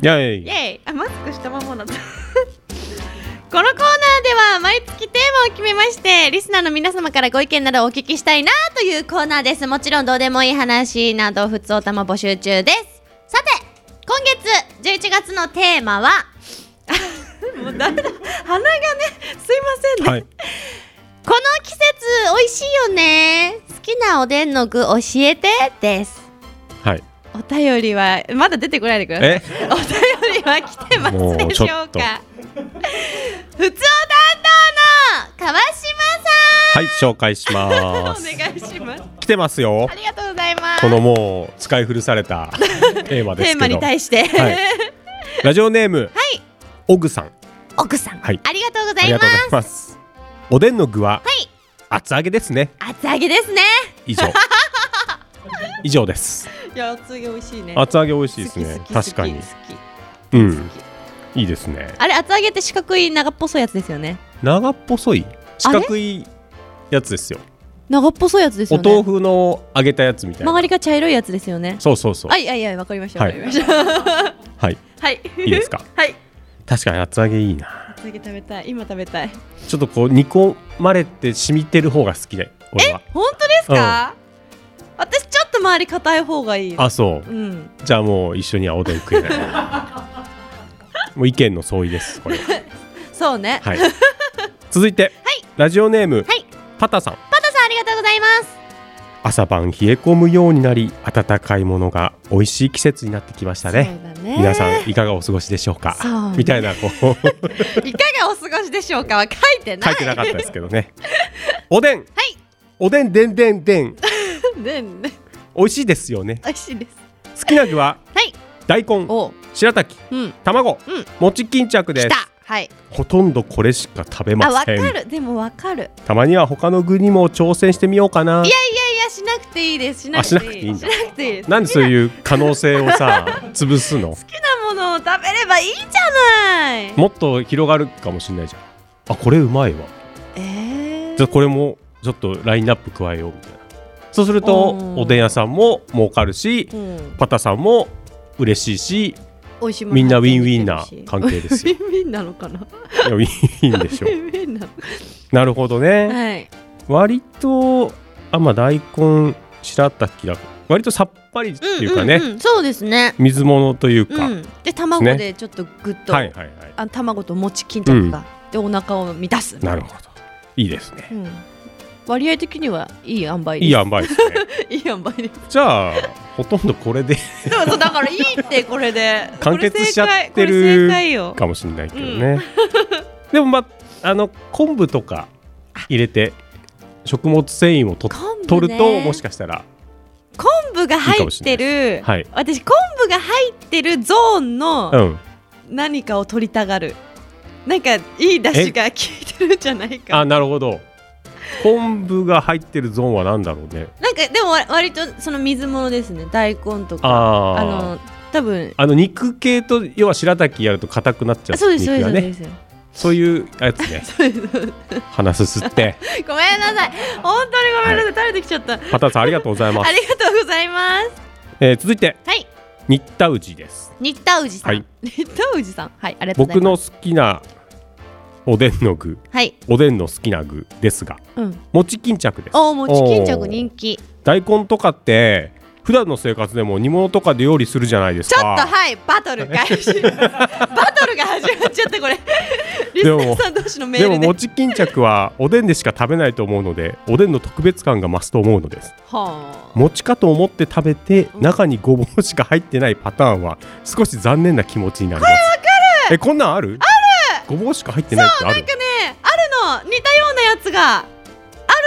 いやいやいイや。エイあマスクしたままだった このコーナーでは毎月テーマを決めましてリスナーの皆様からご意見などをお聞きしたいなというコーナーですもちろんどうでもいい話など普通おたま募集中ですさて今月11月のテーマは もうダメだ鼻がねすいませんね、はい。この季節美味しいよね好きなおでんの具教えてですはい。お便りはまだ出てこないでくださいえ、お便りは来てますでしょうもうちょっとか普通担当の川はい、紹介しま島さんお す。願いします来てますよあ。りがとうございますこのもう使い古され たテーマですテーけど。マに対して、はい。ラジオネーム。はい。オグさん。奥さん、はいありがとうごあざりいがまとうございます。おでんの具は。はい厚揚げですね。す厚揚げですね 以上。以上です。いや厚揚げ美味しいね厚揚げ美味しいですね。確かに。うん。いいですね。あれ厚揚げって四角い長っぽそいやつですよね長っぽそい。四角い。やつですよ。長っぽそいやつですおよね豆腐の揚げたやつみたいな周。りが茶色いやつですよねそうそうそうあ。いやいやわかりましたわはかいりました、 はい。はい、いいですか。 はい確かに厚揚げいいな。厚揚げ食べたい今食べたいちょっとこう煮込まれて染みてる方が好きで、俺は。本当ですか、私ちょっと周り硬い方がいいあ、そうう。んじゃあもう一緒にはおでん食えないな。もう意見の相違です。これは。そうねはい。続いて、ラジオネーム、はいパタさん。パタさんありがとうございます朝晩冷え込むようになり、暖かいものが美味しい季節になってきましたね。そうだね皆さんいかがお過ごしでしょうか。そうねみたいなこう いかがお過ごしでしょうかは書いてな書いいてなかったですけどね。おでん。おでんでんでんでん。でん ね美味しいですよね。美味しいです好きな具は、はい大根、お白滝、うん卵、うん餅巾着です来たはいほとんどこれしか食べあまわかせんるでもわかるたまには他の具にも挑戦してみようかないいやしなくていいですしなあくしなてくていいいいんしだなくていいです好なんでそういう可能性をさ 潰すのきなものを食べればいいじゃないもっと広がるかもしれないじゃんあこれうまいわえーじゃあこれもちょっとラインナップ加えようみたいなそうするとうんおでん屋さんも儲かるしうん、パタさんも嬉しいし美味しいものみんなウィンウィンな関係でウすよィンウィンなのかないやウィンウィンでしウ ょィンウィンなのなるほどね、はい割とあまあ大根白滝だ割とさっぱりっていうかね、んうんうん、そうですね水物というか、うん、で卵ねでちょっとグッと、はいはいはいあ卵と餅巾着が、うでお腹を満たすなるほどいいですねど、うん、割合的にはいい塩梅いい塩梅です ねいい塩梅ですじゃあほとんどこれで でもそうだからいいってこれで完結しちゃってこれ正る解よかもしれないけどね、 でもまああの昆布とか入れて食物繊維をと、昆布ね取るともしかしたら昆布が入ってるいかもしれないです私昆布が入ってるゾーンうのん何かを取りたがる、なんかいい出汁が効いてるんじゃないかあなるほど昆布が入ってるゾーンは何だろうねなんかでもわ割とその水物ですね大根とかあああの多分あの肉系と要は白滝やると硬くなっちゃうあそうですそう肉ですそがうねです、そういうやつ ね鼻すすってごめんなさい本当にごめんなさい、垂れてきちゃ ったあパタさんありがとうございます、りがとうございますえー続いてはい新田氏です新田氏さん、はい新田氏さんはいありがとうござ僕いますの好きなおでんの具僕のはいおでんの好きな具ですがうん餅巾着ですおお餅巾着人おー気ち大根とかって普段の生活でも煮物とかで料理するじゃないですょっかとはいバトル開 始バトルが始まっちゃったこれリスでナもーさん同士のメでーもルで餅巾着はおでんでしか食べないと思うのでおでんの特別感が増すと思うのですはあ餅かと思って食べてうん中にごぼうしか入ってないパターンは少し残念な気持ちになりますこれわかるえこんなんあるあるごぼうしか入ってないってあるなんかねあるの似たようなやつがある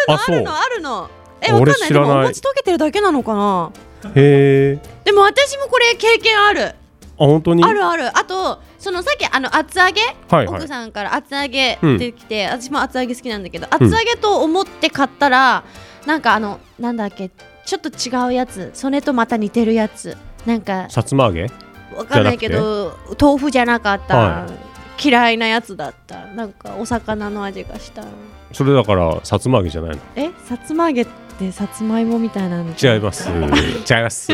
のああそうるのあるのえわかん俺ない知らないでもお餅溶けてるだけなのかなへえでも私もこれ経験あるあ本当にあるあるあとそのさっきあの厚揚げ、はいはい奥さんから厚揚げってきて、私も厚揚げ好きなんだけど厚揚げと思って買ったら、なんかあのなんだっけちょっと違うやつそれとまた似てるやつなんかさつま揚げわかんないけど豆腐じゃなかった、は嫌いなやつだったなんかお魚の味がしたそれだからさつま揚げじゃないのえさつま揚げってさつまいもみたいなの違い ます。違います。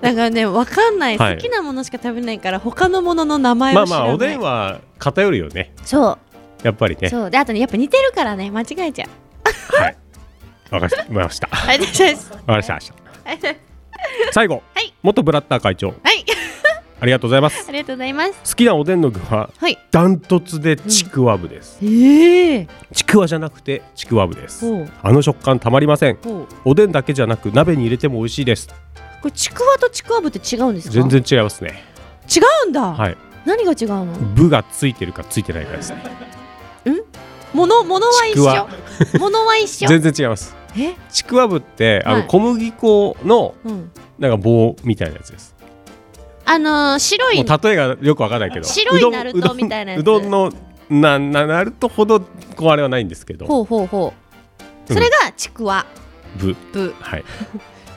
だからねわかんない、はい好きなものしか食べないから他のものの名前まをあ知まらない、あおでんは偏るよね。そやっぱりうね。そうであとねやっぱ似てるからね間違えちゃうはい。わかりました。あれですわかりました。最後、元ブラッター会長、はいありがとうございます。ありがとうございます好きなおでんの具ははいダントツでちくわぶです。ええちくわじゃなくてちくわぶです。ほうあの食感たまりません。ほうおでんだけじゃなく鍋に入れても美味しいです。これちくわとちくわぶって違うんですか全然違いますね。違うんだ、はい。何が違うの部がついてるかついてないかですね。ものものはち一くわ緒ものは一緒全然違います。えちくわぶってあのはい小麦粉のうんなんか棒みたいなやつです。あのー、白もいう例えがよくわかんないけど。白いうどんナルトうどんみたいなやつうどんのなななるとほどこうあれはないんですけど。ほうほうほううんそれがちくわぶぶはい。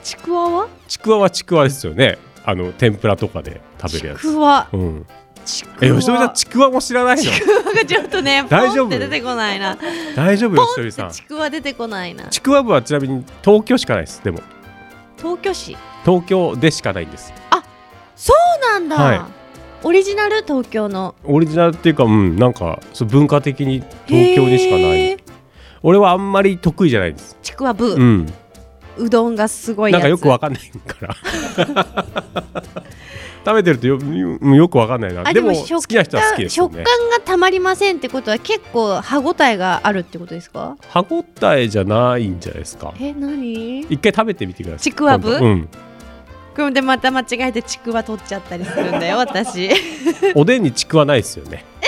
ちくわはちくわはちくわですよね。あの天ぷらとかで食べるやつ。くわうん。ちくわえ吉富さんちくわも知らないの？なんかちょっとねポ大丈ンっ夫て出てこないな大丈夫ポン吉富さっんて。ちくわ出てこないなちくわぶはちなみに東京しかないです。でも東京市東京でしかないんです。そうなんだ、はオリジナル東京のオリジナルっていうかうんなんかそう文化的に東京にしかないへ。ー俺はあんまり得意じゃないです。ちくわぶ、ううん。どんがすごいやなんつかよくわかんないから 食べてるとよよよくわかんないなあででもも好きな人は好きですよ食ね感がたまりませんってことは結構歯ごたえがあるってことですか歯ごたえじゃないんじゃないですかえ何一回食べてみてくださいちくわぶ今度うん、これでまた間違えてちくわ取っちゃったりするん だよ私おでんにちくわないですよねえ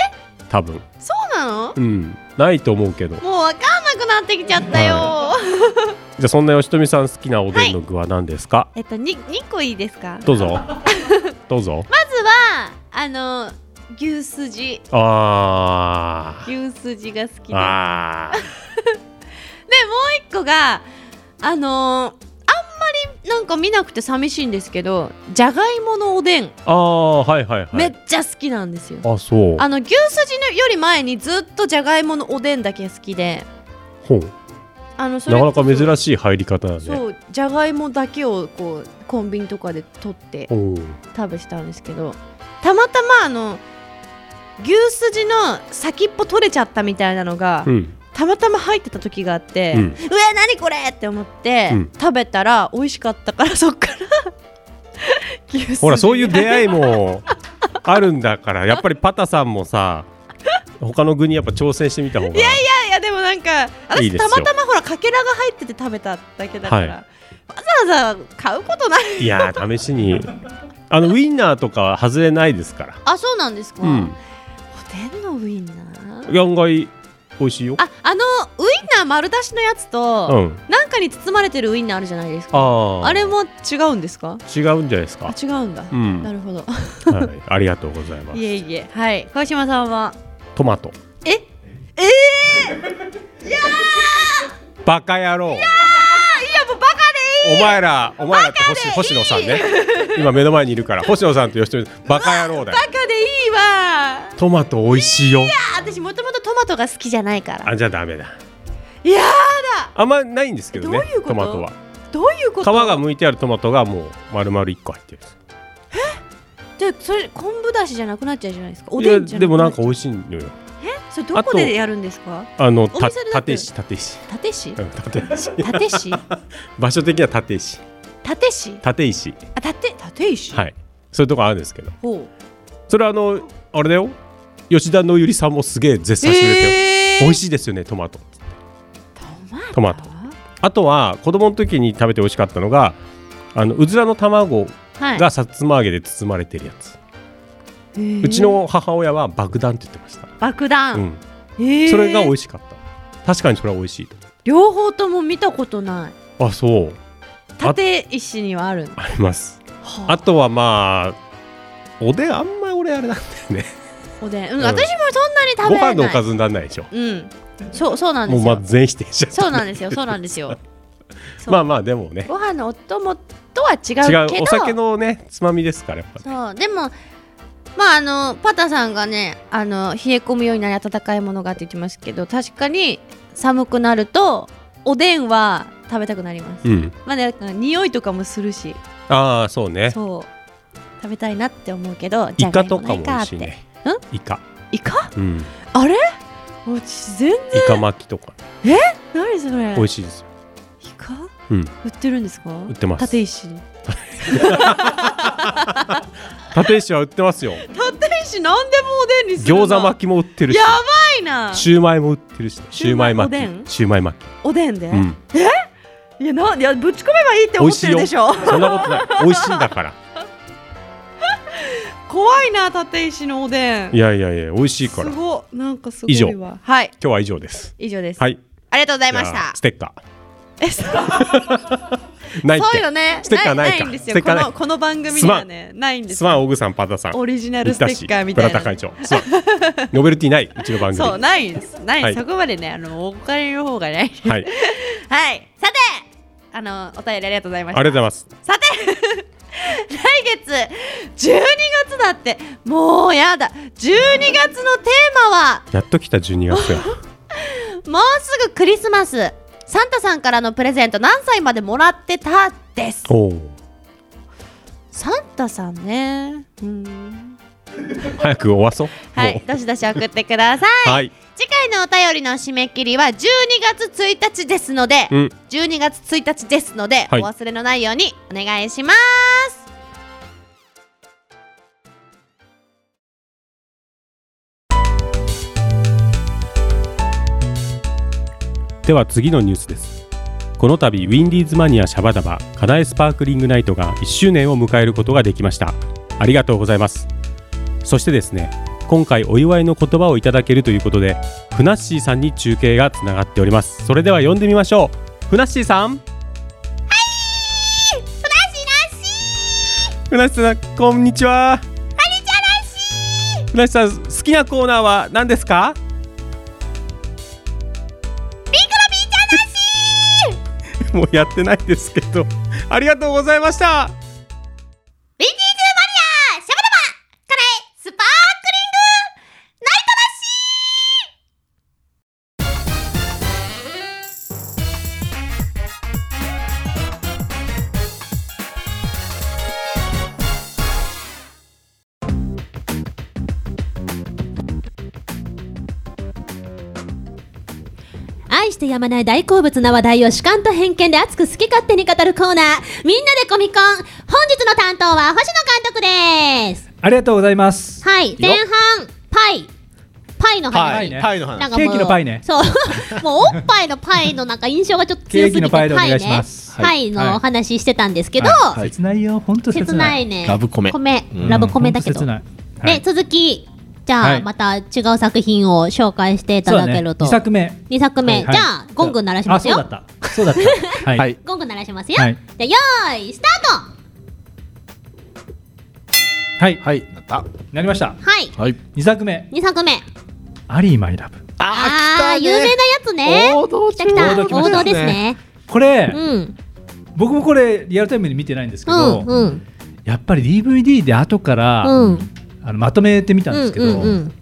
多分そうなのうんないと思うけどじもうわかんなくなってきちゃったよ、ゃあそんな吉富さん好きなおでんの具は何ですか、えっと 2, 2個いいですかどう ぞどうぞ、まずはあの牛すじあ牛すじが好きでーあ一個があのーあんまりなんか見なくて寂しいんですけどじゃがいものおでん、ーあーはいはいはめっいちゃ好きなんですよあそうあの牛すじのより前にずっとじゃがいものおでんだけ好きでほうあのそれなかなか珍しい入り方だねそうじゃがいもだけをこうコンビニとかで取っておう食べしたんですけどたまたまあの牛すじの先っぽ取れちゃったみたいなのが、うんたまたま入ってた時があって、ううんえ何これって思って、うん食べたら美味しかったからそっから牛すじほらそういう出会いもあるんだからやっぱりパタさんもさ他の具にやっぱ挑戦してみた方がいやいやいやでもなんか私いいですたまよたまほらかけらが入ってて食べただけだから、はわざわざ買うことないー試しにあのウインナーとかは外れないですからあそうなんですか、うんおでんのウインナー案外美味しいよああのウインナー丸出しのやつうと、んなんかに包まれてるウインナーあるじゃないですかあああれも違うんですか違うんじゃないですあか違うんだ、うんなる ほどはいありがとうございますいえいえはい川島さんはトマトえええバカ野郎いやもうバカでいいお前らお前らって星星野さんね今目の前にいるから星野さんと吉富バカ野郎だよバカでいいわトマト美味しいよあ私もともとトマトが好きじゃないからあじゃあダメだいやあんまないんですけどねどういうことトマトはーどういうこ皮とが剥いてあるトマトがもう丸々一個入ってるんですでそれ昆布だしじゃなくなっちゃうじゃないですかおでんいじやゃなでくもななっんか美味しいのよそれどこでやるんですかあのおた店でだって立石立石立石うん立石 立石場所的には立石立石立石あ立立石、はいそういうとこあるんですけどほうそれはあのあれだよ吉田のゆりさんもすげえ絶賛してくれてよ、美味しいですよねトマトトマトあとは子供の時に食べて美味しかったのがあのうずらの卵はいがさつま揚げで包まれてるやつ、うちの母親は爆弾って言ってました、爆弾、うん、へーそれが美味しかった確かにそれは美味しいと両方とも見たことないあそうあ立石にはあるのありますはああとはまあおでんあんま俺あれなんだよねおでん、うんうん私もそんごなに食べな飯いのおかずにならないでしょうんそうそうなんでもうすまあよ、全否定しちゃったそうなんですよそうなんです よそうまあまあでもねご飯のお供とは違うけ違どうお酒のねつまみですからやっぱそうでもまああのパタさんがねあの冷え込むようになり暖かいものがって言ってますけど確かに寒くなるとおでんは食べたくなります、うんまあね、なんか匂いとかもするしああそうねそう食べたいなって思うけどじゃイがカいもとなかいも美かっ味していねうんイカイカうんイあれもう全然カ巻きとか何それ美味しいですよイカうん売ってるんですか売ってます立石に立石は売っ てますよ立石何でもおでんにするな餃子巻きも売ってるしやばいなシューマイも売ってるしシューマイ巻シューマイおでんきシューマイ巻きおでんで、うんいやないやぶち込めばいいって美思味っしているよでしょそんなことない美味しいんだ から怖いな立石のおでんいやいやいや美味しいからす今ごいなんかすごいわはい日は以上です以上です、はいありがとうございましじゃたあステッカえそうー ないっそういうのてねステッカーないかんですステよッカこーないのこの番組にはねないんですすまん小グさんパンダさんオリジナル言っステたッしカーみたい村田な会長すまんノベルティないうちの番組そうないんですない、はいそこまでねあのお金の方が ないはいはいさてあのお便りありがとうございまありしたがとうございますさて 来月12月だってもうやだ12月のテーマはやっと来た12 月がもうすぐクリスマスサンタさんからのプレゼント何歳までもらってたですおおサンタさんねうん早く終わそうはいどしどし送ってくださいはい次回のお便りの締め切りは12月1日ですのでうん12月1日ですので、はいお忘れのないようにお願いしますでは次のニュースですこの度ウィンディーズマニアシャバダバカナエスパークリングナイトが1周年を迎えることができましたありがとうございますそしてですね今回お祝いの言葉をいただけるということでふなっしーさんに中継がつながっておりますそれでは呼んでみましょうふなっしーさんふなっしーさんこんにちはふなっしーさん好きなコーナーは何ですかもうやってないですけど ありがとうございましたィンディーズマニアシャバダバカナエスパークリングナイトだし愛してやまない大好物な話題を主観と偏見で熱く好き勝手に語るコーナーみんなでコミコン本日の担当は星野監督ですありがとうございます。はい前半パイパイの話、はパいイねね。パイのなんか話。もうケーキのパイね そうもうおっぱいのパイのなんか印象がちょっと強すぎてケーキのパイでお願いしねますパイのお話ししてたんですけど、はい切ないよ、本当切ない ねラブコメ米うんラブコメだけど、うんほんと切ない。で続きじゃあ、はいまた違う作品を紹介していただけると、 2作目。二作目、はいはいじゃあゴング鳴らしますよあ、そうだった。そう だった。ははいい。ゴング鳴らしますよ、はいじゃあよーいスターはい。はい。なった。なりました。トはいはい。 2作目。二作目アリーマイラブ。あー有名なやつね王道来た来た王道来ましたね王道ですねこれ、うん僕もこれリアルタイムに見てないんですけうど、んうんやっぱり DVD で後から、うんあのまとめてみたんうでんすけど、うんうん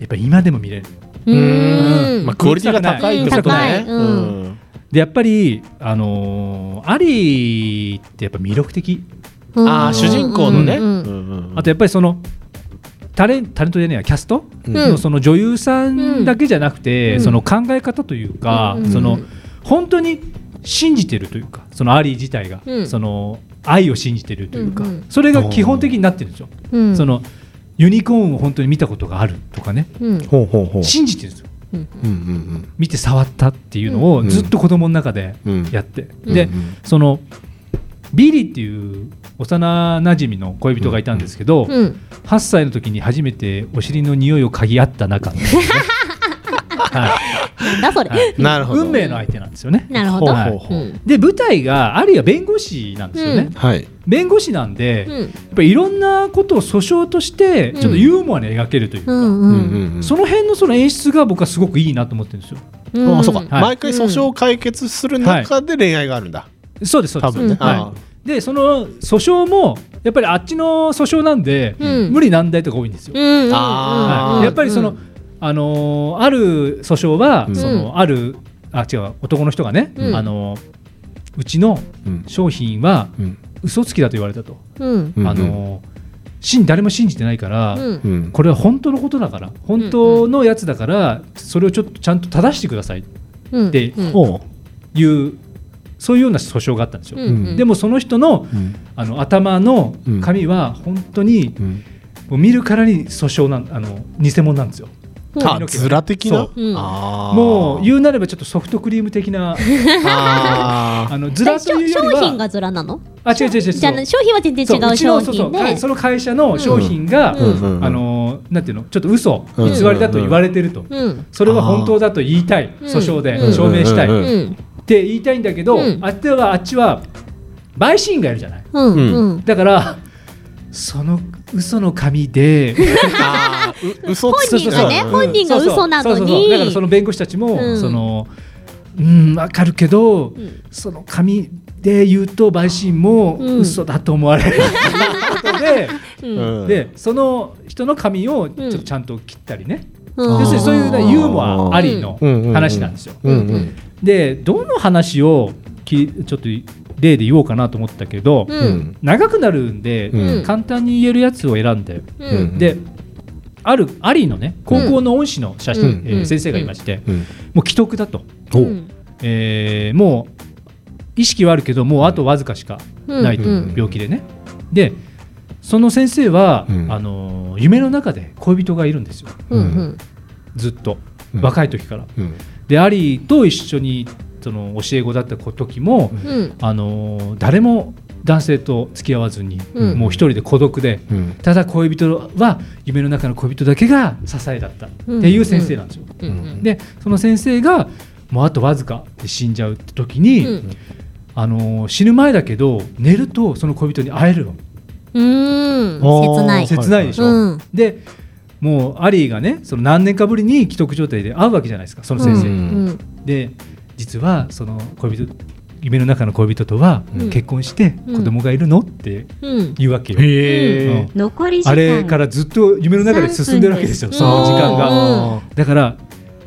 やっぱり今でも見れる。うーんまあクオリティが高いってことね。うん高いうんん。でやっぱりあのーアリーってやっぱ魅力的。うんああ主人公のね。ううんんうんあとやっぱりそのタレンタレントじゃねえやキャストうんのその女優さんだけじゃなくて、うんその考え方というか、うんその本当に信じてるというかそのアリー自体が、うんその愛を信じてるというか、うんうんそれが基本的になってるんですよ。うんそのユニコーンを本当に見たことがあるとかねうんほうほうほう。信じてるんですようんうん見て触ったっていうのをうんずっと子供の中でうん。うんやって、うんで、うんそのビリーっていう幼馴染の恋人がいたんですけど、うん8歳の時に初めてお尻の匂いを嗅ぎ合った 中の、なんはいだそれはいなるほど。運命の相手なんですよね。なるほどはいほうほうほううんで舞台があるいは弁護士なんですよね、うんはい。弁護士なんで、やっうんぱりいろんなことを訴訟としてちょっとユーモアに描けるというか、うんううんんうんその辺のその演出が僕はすごくいいなと思ってるんですよ。うんあそうか、はい毎回訴訟を解決する中で恋愛があるんだ、そうですそうで多す、分ね、はいあでその訴訟もやっぱりあっちの訴訟なんで、うん無理難題とか多いんですよ。うんうんあーはいやっぱりその、あのーある訴訟は、うんそのあるあ違う男の人がね、うんあのうちのうん商品はうん嘘つきだと言われたと、うんうんあの信誰も信じてないから、うんうんこれは本当のことだから本当のやつだから、それをちょっとちゃんと正してくださいっうんておういう、そういうような訴訟があったんですよ、うんでもその人のうんあの頭のうん髪は本当に、うんもう見るからに訴訟なんあの偽物なんですよあズラ的そなううんあーもう言うなればちょっとソフトクリーム的 なあーあのズラというよ商りは品がずらなのあ違う違う違うじゃあ商品は全然違そううちの商そうそう品かでその会社の商品が、うんうんうんあのーなんていうのちょっと嘘うん偽りだと言われてると、うんそれは本当だと言いたい訴訟うでん 証明したい、うんうんうんって言いたいんだけど、うんあっちはあっちは陪審員がいるじゃないうんうんうんだからその嘘の紙であーう嘘本人がねそうそうそう本人が嘘なそうのそうそうだからにその弁護士たちも、うんそのうんわかるけど、その紙で言うと陪審員もうん嘘だと思われる、ということでうんでその人の髪をちょっとうんちゃんと切ったりね、うん要するにそういうねユーモアありのうん話なんですよ。うんうんでどの話をきちょっと例で言おうかなと思ったけど、ううんん長くなるんで、うん簡単に言えるやつを選んで、ううんんであるアリーのね高校の恩師の写真、うんえーうん先生がいまして、うんもう既得だと、おううんえーもう意識はあるけどもうあとわずかしかないと、うんうん病気でねでその先生は、うんあのー夢の中で恋人がいるんですようんずっとうん若い時から。うんでアリーと一緒にその教え子だった時も、うんあのー誰も男性と付き合わずに、うんもう一人で孤独でうんただ恋人は夢の中の恋人だけが支えだったっていう先生なんですよ。うんうんでその先生がもうあとわずかで死んじゃうって時に、うんあのー死ぬ前だけど寝るとその恋人に会えるのうん切ない切ないでしょ。うんでもうアリーがねその何年かぶりに既得状態で会うわけじゃないですかその先生に。うんうんで実はその恋人夢の中の恋人とはうん結婚して子供がいるのってうん言うわけよ、へーうん残り時間あれからずっと夢の中で進んでるわけですようんその時間が、うだから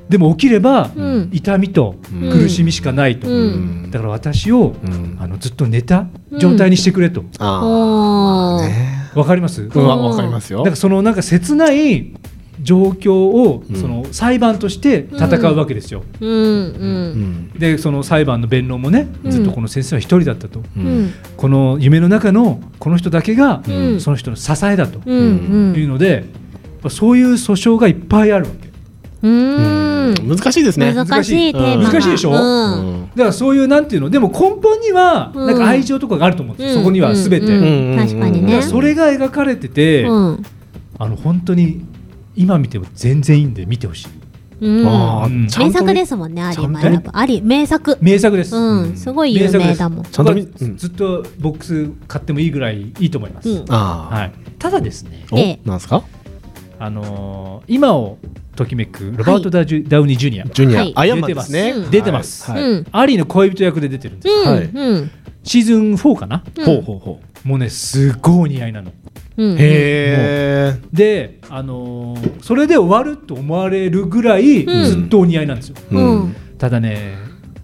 でも起きればうん痛みとうん苦しみしかないと、うんうんだから私をうんあのずっと寝た状態にしてくれと、あおーーねわかります、うんなわわかりますよんかそのなんか切ない状況をうんその裁判として戦うわけですよ、うんううんんでその裁判の弁論もね、うんずっとこの先生は一人だったと、ううんんこの夢の中のこの人だけが、うんその人の支えだとうんうんいうので、やっぱそういう訴訟がいっぱいあるわけうん難しいですね難しいテーマが難しいでしょううんんだからそういうなんていうのでも根本にはうんなんか愛情とかがあると思うんですよ、うんそこには全て、うんうだかん確かにねらそれが描かれてて、うんあの本当に今見ても全然いいんで見てほしいうんあーちゃ名んと作見ですもんねアちリゃんとねマイラブアリ名作名作です、うんすごい有名だもんちゃんと見僕はうんずっとボックス買ってもいいぐらいいいと思います、うんあはい、ただですねーええおなんですかあのー今をときめくロバートダウジュ、ダウニー・ジュニアジュはニいア、アヤマンですねうん。出てますはいうんアリーの恋人役で出てるんです、うんはいうんシーズン4かな、ほうほうほもうねすごいお似合いなのうんう。へえ。で、あのーそれで終わると思われるぐらいうんずっとお似合いなんですよ、うんただね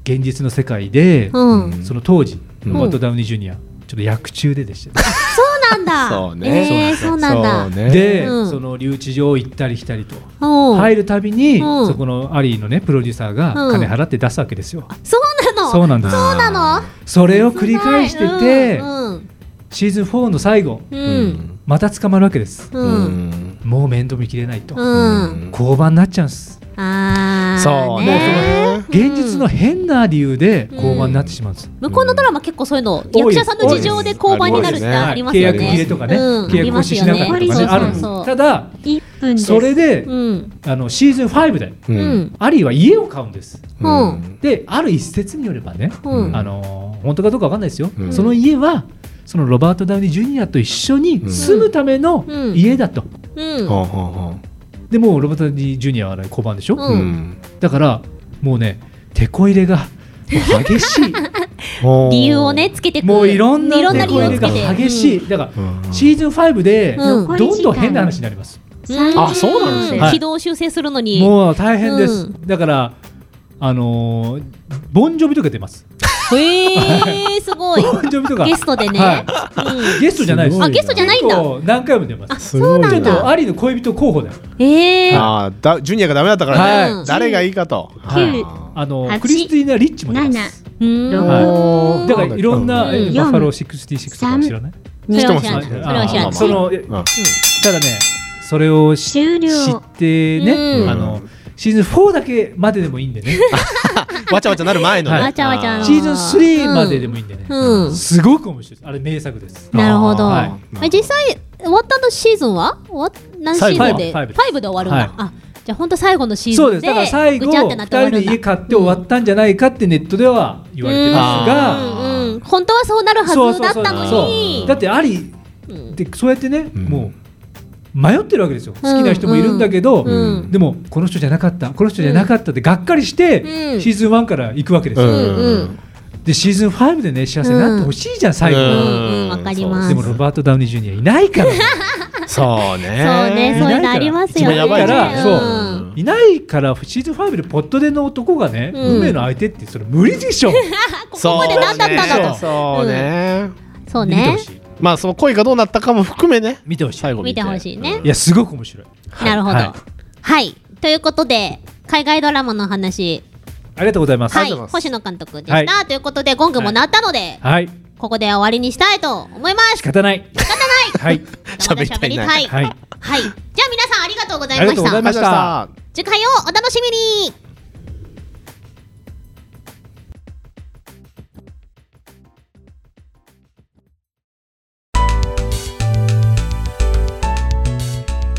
現実の世界で、うんんその当時うんロバート・ダウニー・ジュニアちょっと役中ででしたよそうなんだそうねえーそうなんだそうね。で、うんその留置場行ったり来たりとおう入るたびに、うんそこのアリーのねプロデューサーがうん金払って出すわけですよ、そうなのそうなんですそうなのそれを繰り返してて、うんシーズン4の最後ううんん。また捕まるわけですううんん。もう面倒見きれないと、うん交番になっちゃうんですあーそうね。現実の変な理由でうん交番になってしまうんです、向こうのドラマ結構そういうの役者さんの事情で交番になるってあります契よ約切れねとかね、うん契約をしなかったとかねありますよねあるんですそうそうただ1分ですそれで、うんあのシーズン5でう。うんんアリーは家を買うんですうんである一説によればね、うんあのー本当かどうかわかんないですよ、うんその家はそのロバート・ダウニー・ジュニアと一緒に住むためのうん家だと、うんほうほうほでもうロバート・ダウニー・ジュニアはあれ交番でしょ、うんう。うん。だからもうね手こ入れがもう激しいほう理由をね。つけてくもういろんないろん手な理こ由入をれつがけて激しいだかうんらシーズン5でうんどんどん変な話になります30あそうなんですね軌道修正するのにもう大変ですうだからあのーボンジョビとか出 ます。えー、す ごい。ボンジョビとかゲストでね。はい ゲストじゃないですす。ごいなあゲストじゃないんだ結構何回も出ます。すごいちょっとアリの恋人候補だよ。えー、あーだジュニアがダメだったからね、はい誰がいいかと、九あの八クリスティーナ・リッチも出ます。うーん。はい。だからいろんなうんえ四バッファロー66とかも知らない。それは知うらんない。そ知ってれは知ますらあなーい。そのえうんただね、それを知終了。知ってうね、んあのシーズン4だけまででもいいんでね、わちゃわちゃなる前のね、はいわちゃわちゃの。シーズン3まででもいいんでね、うん。うん。すごく面白いです。あれ名作です。なるほど。はいえ実際終わったのシーズンは？終わっ何シーズンで？ファイブファイブで終わるんだ。あ、じゃあ本当最後のシーズそうンで。ですだから最後ぐちゃってな2って終わる人でんだ。家買って終わったんじゃないかってネットでは言われてますうが、うんうん。本当はそうなるはずだったのに。だってありでそうやってね、んもう迷ってるわけですよ。好きな人もいるんだけど、うんでもこの人じゃなかった、この人じゃなかったってがっかりして、うんシーズン1から行くわけですよ。うんうんでシーズン5でね幸せになってほしいじゃん、最後、ううんうんわかります。でもロバート・ダウニー・ジュニアいないからそうねそうね、そういうのありますよね。一番やばいからそうんいないからシーズン5でポットでの男がね、うん運命の相手ってそれ無理でしょここまで何だったんだと。そうね、そう見てねほ。しいまあその恋がどうなったかも含めね見てほしい最後見てほしいね。いやすごく面白いなるほど。はいはい。ということで、海外ドラマの話、ありがとうございますはい、はい、星野監督でした、はということで、ゴングも鳴ったので、ここで終わりにしたいと思い ます。仕方ない仕方ないはい、また喋りたい。は。はいはいい、じゃあ皆さんありがとうございありました。がとうございまありがとうございましたした次回をお楽しみに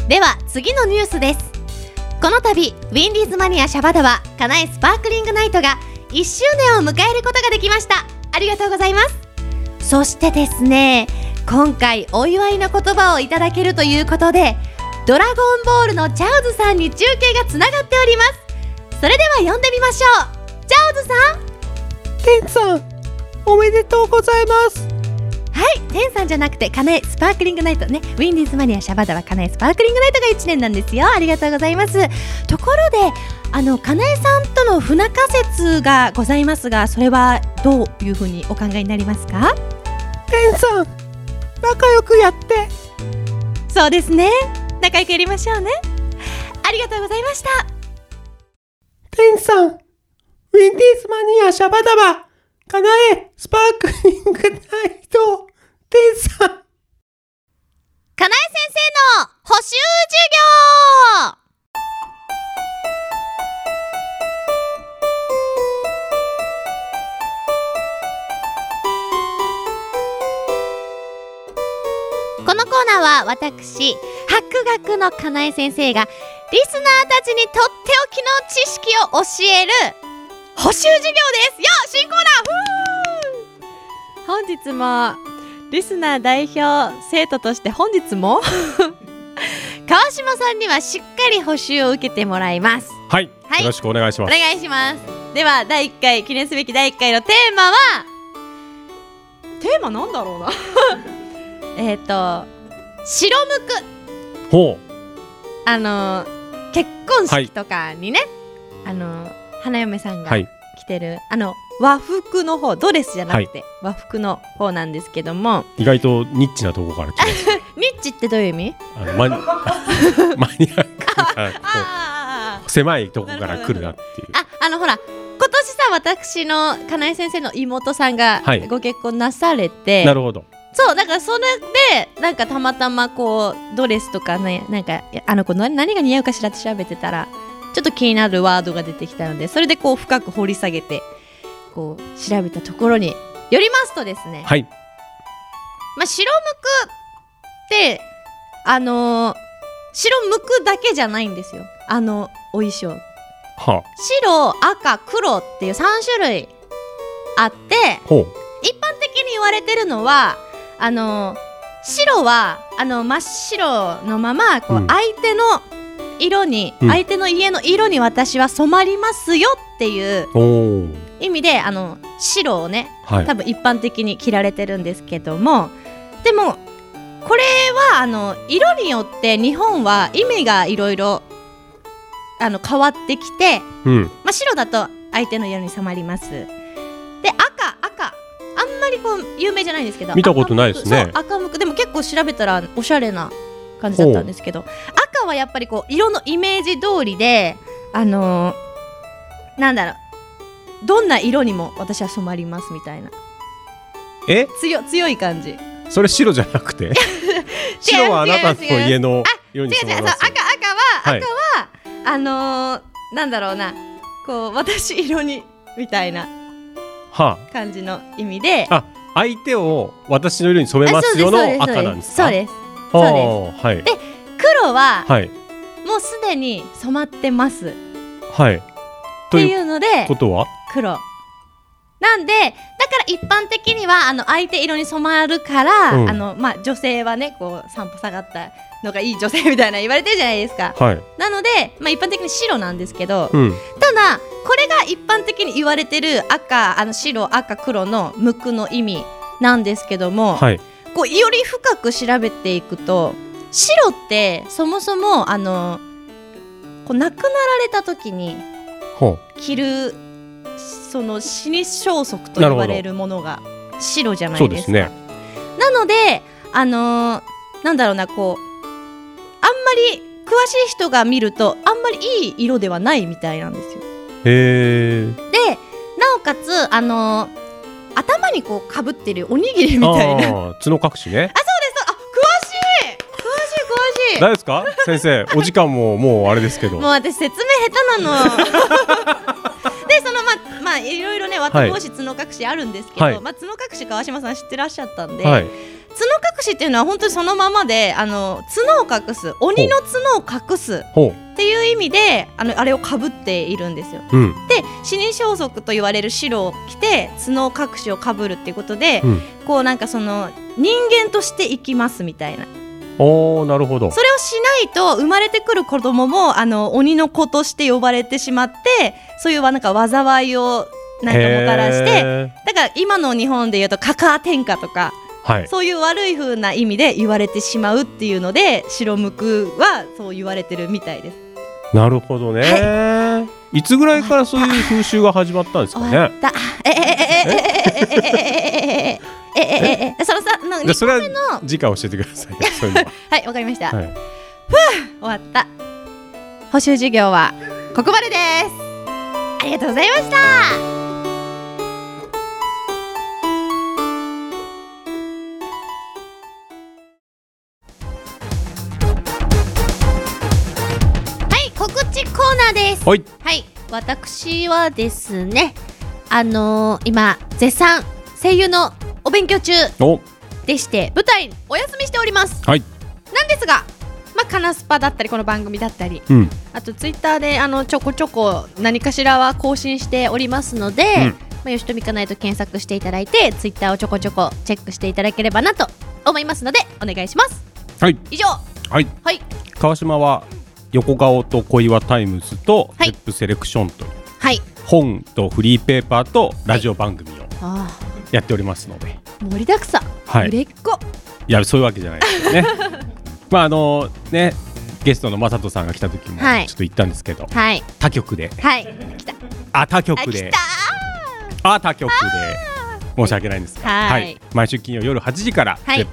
では次のニュースですこの度ウィンディーズマニアシャバダワカナエスパークリングナイトが1周年を迎えることができましたありがとうございますそしてですね今回お祝いの言葉をいただけるということでドラゴンボールのチャウズさんに中継がつながっておりますそれでは呼んでみましょうチャウズさんケンさんおめでとうございますはい、天さんじゃなくてカナエスパークリングナイトね、ウィンディーズマニアシャバダはカナエスパークリングナイトが1年なんですよ。ありがとうございます。ところで、あのカナエさんとの不仲説がございますが、それはどういうふうにお考えになりますか？ケンさん仲良くやってそうですね。仲良くやりましょうね。ありがとうございました。ケンさんウィンディーズマニアシャバダバかなえスパークリングナイトケンさんかなえ先生の補習授業このコーナーは私博学のかなえ先生がリスナーたちにとっておきの知識を教える補習授業ですよっ新コーナーふう本日もリスナー代表生徒として本日も 川島さんにはしっかり補習を受けてもらいますはい、はいよろしくお願いしおます願いしますでは第1回記念すべき第1回のテーマはテーマなんだろうな えっと白むくほうあの結婚式とかにね、あの花嫁さんがはい着てる、あの和服の方ドレスじゃなくて、和服の方なんですけども意外とニッチなとこから 来ますニッチってどういう意味あの マニマニアックなこあう狭いとこから来るなっていうあああのほら今年さ私のかなえ先生の妹さんがはいご結婚なされて、なるほどそうだからそれでなんかたまたまこうドレスとかねなんかいやあの子の何が似合うかしらって調べてたらちょっと気になるワードが出てきたのでそれでこう深く掘り下げてこう調べたところによりますとですね、はいまあ、白むくってあのー白むくだけじゃないんですよあのお衣装は白赤黒っていう3種類あってあほう一般的に言われてるのはあの白はあの真っ白のままこう、うん相手の色に、うん相手の家の色に私は染まりますよっていうおお意味であの白をねはい多分一般的に着られてるんですけどもでもこれはあの色によって日本は意味がいろいろあの変わってきて、うんまあ、白だと相手の色に染まりますで赤赤あんまりこう有名じゃないんですけど見たことないですね赤むくそう赤むくでも結構調べたらおしゃれな感じだったんですけど赤はやっぱりこう色のイメージ通りであのーなんだろうどんな色にも私は染まりますみたいなえ強強い感じそれ白じゃな くて白はあなたの家のよ違ううに違うそう染まり赤ます赤は、はい赤はあのーなんだろうなこう私色にみたいなは感じの意味であ、あ相手を私の色に染めあますよのそう赤なんですかそうですあそうですーはいで黒は、はいもうすでに染まってますっはいとていいううのでことは黒なんでだから一般的にはあの相手色に染まるから、うんあのまあ、女性はねこう散歩下がったのがいい女性みたいな言われてるじゃないですかはいなので、まあ、一般的に白なんですけど、うんただこれが一般的に言われてる赤あの白赤黒の「ムク」の意味なんですけども、はいこうより深く調べていくと白ってそもそもあのこう亡くなられた時にほ着るその死に装束と言われるものが白じゃうなそいうでですすか。ねなのであのーなんだろうなこうあんまり詳しい人が見るとあんまりいい色ではないみたいなんですよ。へえでなおかつあのー頭にこうかぶってるおにぎりみたいな。 そうあー角隠 しねですあ詳しい詳しい詳しい大丈夫ですか先生お時間ももうあれですけどもう私説明下手なの でそのままあいろいろね綿帽子角隠しあるんですけど、はいまあ、角隠し川島さん知ってらっしゃったんで、はい角隠しっていうのは本当にそのままであの角を隠す鬼の角を隠すほっていう意味であのあれをかぶっているんですよううんで死に装束と言われる白を着て角隠しをかぶるっていうことで、うんこうなんかその人間として生きますみたいなおーなるほどそれをしないと生まれてくる子供もあの鬼の子として呼ばれてしまってそういうなんか災いをなんかもたらしてへだから今の日本で言うとカカア天下とかーはいそういう悪い風な意味で言われてしまうっていうので白無垢はそう言われてるみたいです。なるほどね、い、つぐらいからそういう風習が始まったんですか終わっねた。えええええええええええええええええそのさのじゃあ2そ個れ目のは次回教えてください よそういうのははいわかりました。は終いわった。補習授業はここまでです。ありがとうございました。はい告知コーナーですはいはい私はですねあのー、今絶賛声優のお勉強中おでして舞台お休みしておりますはいなんですがまあカナスパだったりこの番組だったりうんあとツイッターであのちょこちょこ何かしらは更新しておりますので、うんまあ、吉富かなえと検索していただいてツイッターをちょこちょこチェックしていただければなと思いますのでお願いしますはい以上はい、はい川島は横顔と小岩タイムズとはいップセレクションというはい本とフリーペーパーとラジオ番組をあやっておりますので、ー盛りだくさん、はい、売れっ子いやそういうわけじゃないですよ ねまああのねゲストの雅人さんが来た時もちょはいっと言ったんですけど、はい他局ではいあ他局あ来でたあ他局で申し訳ないんですが、はい毎週金曜夜8時から「はい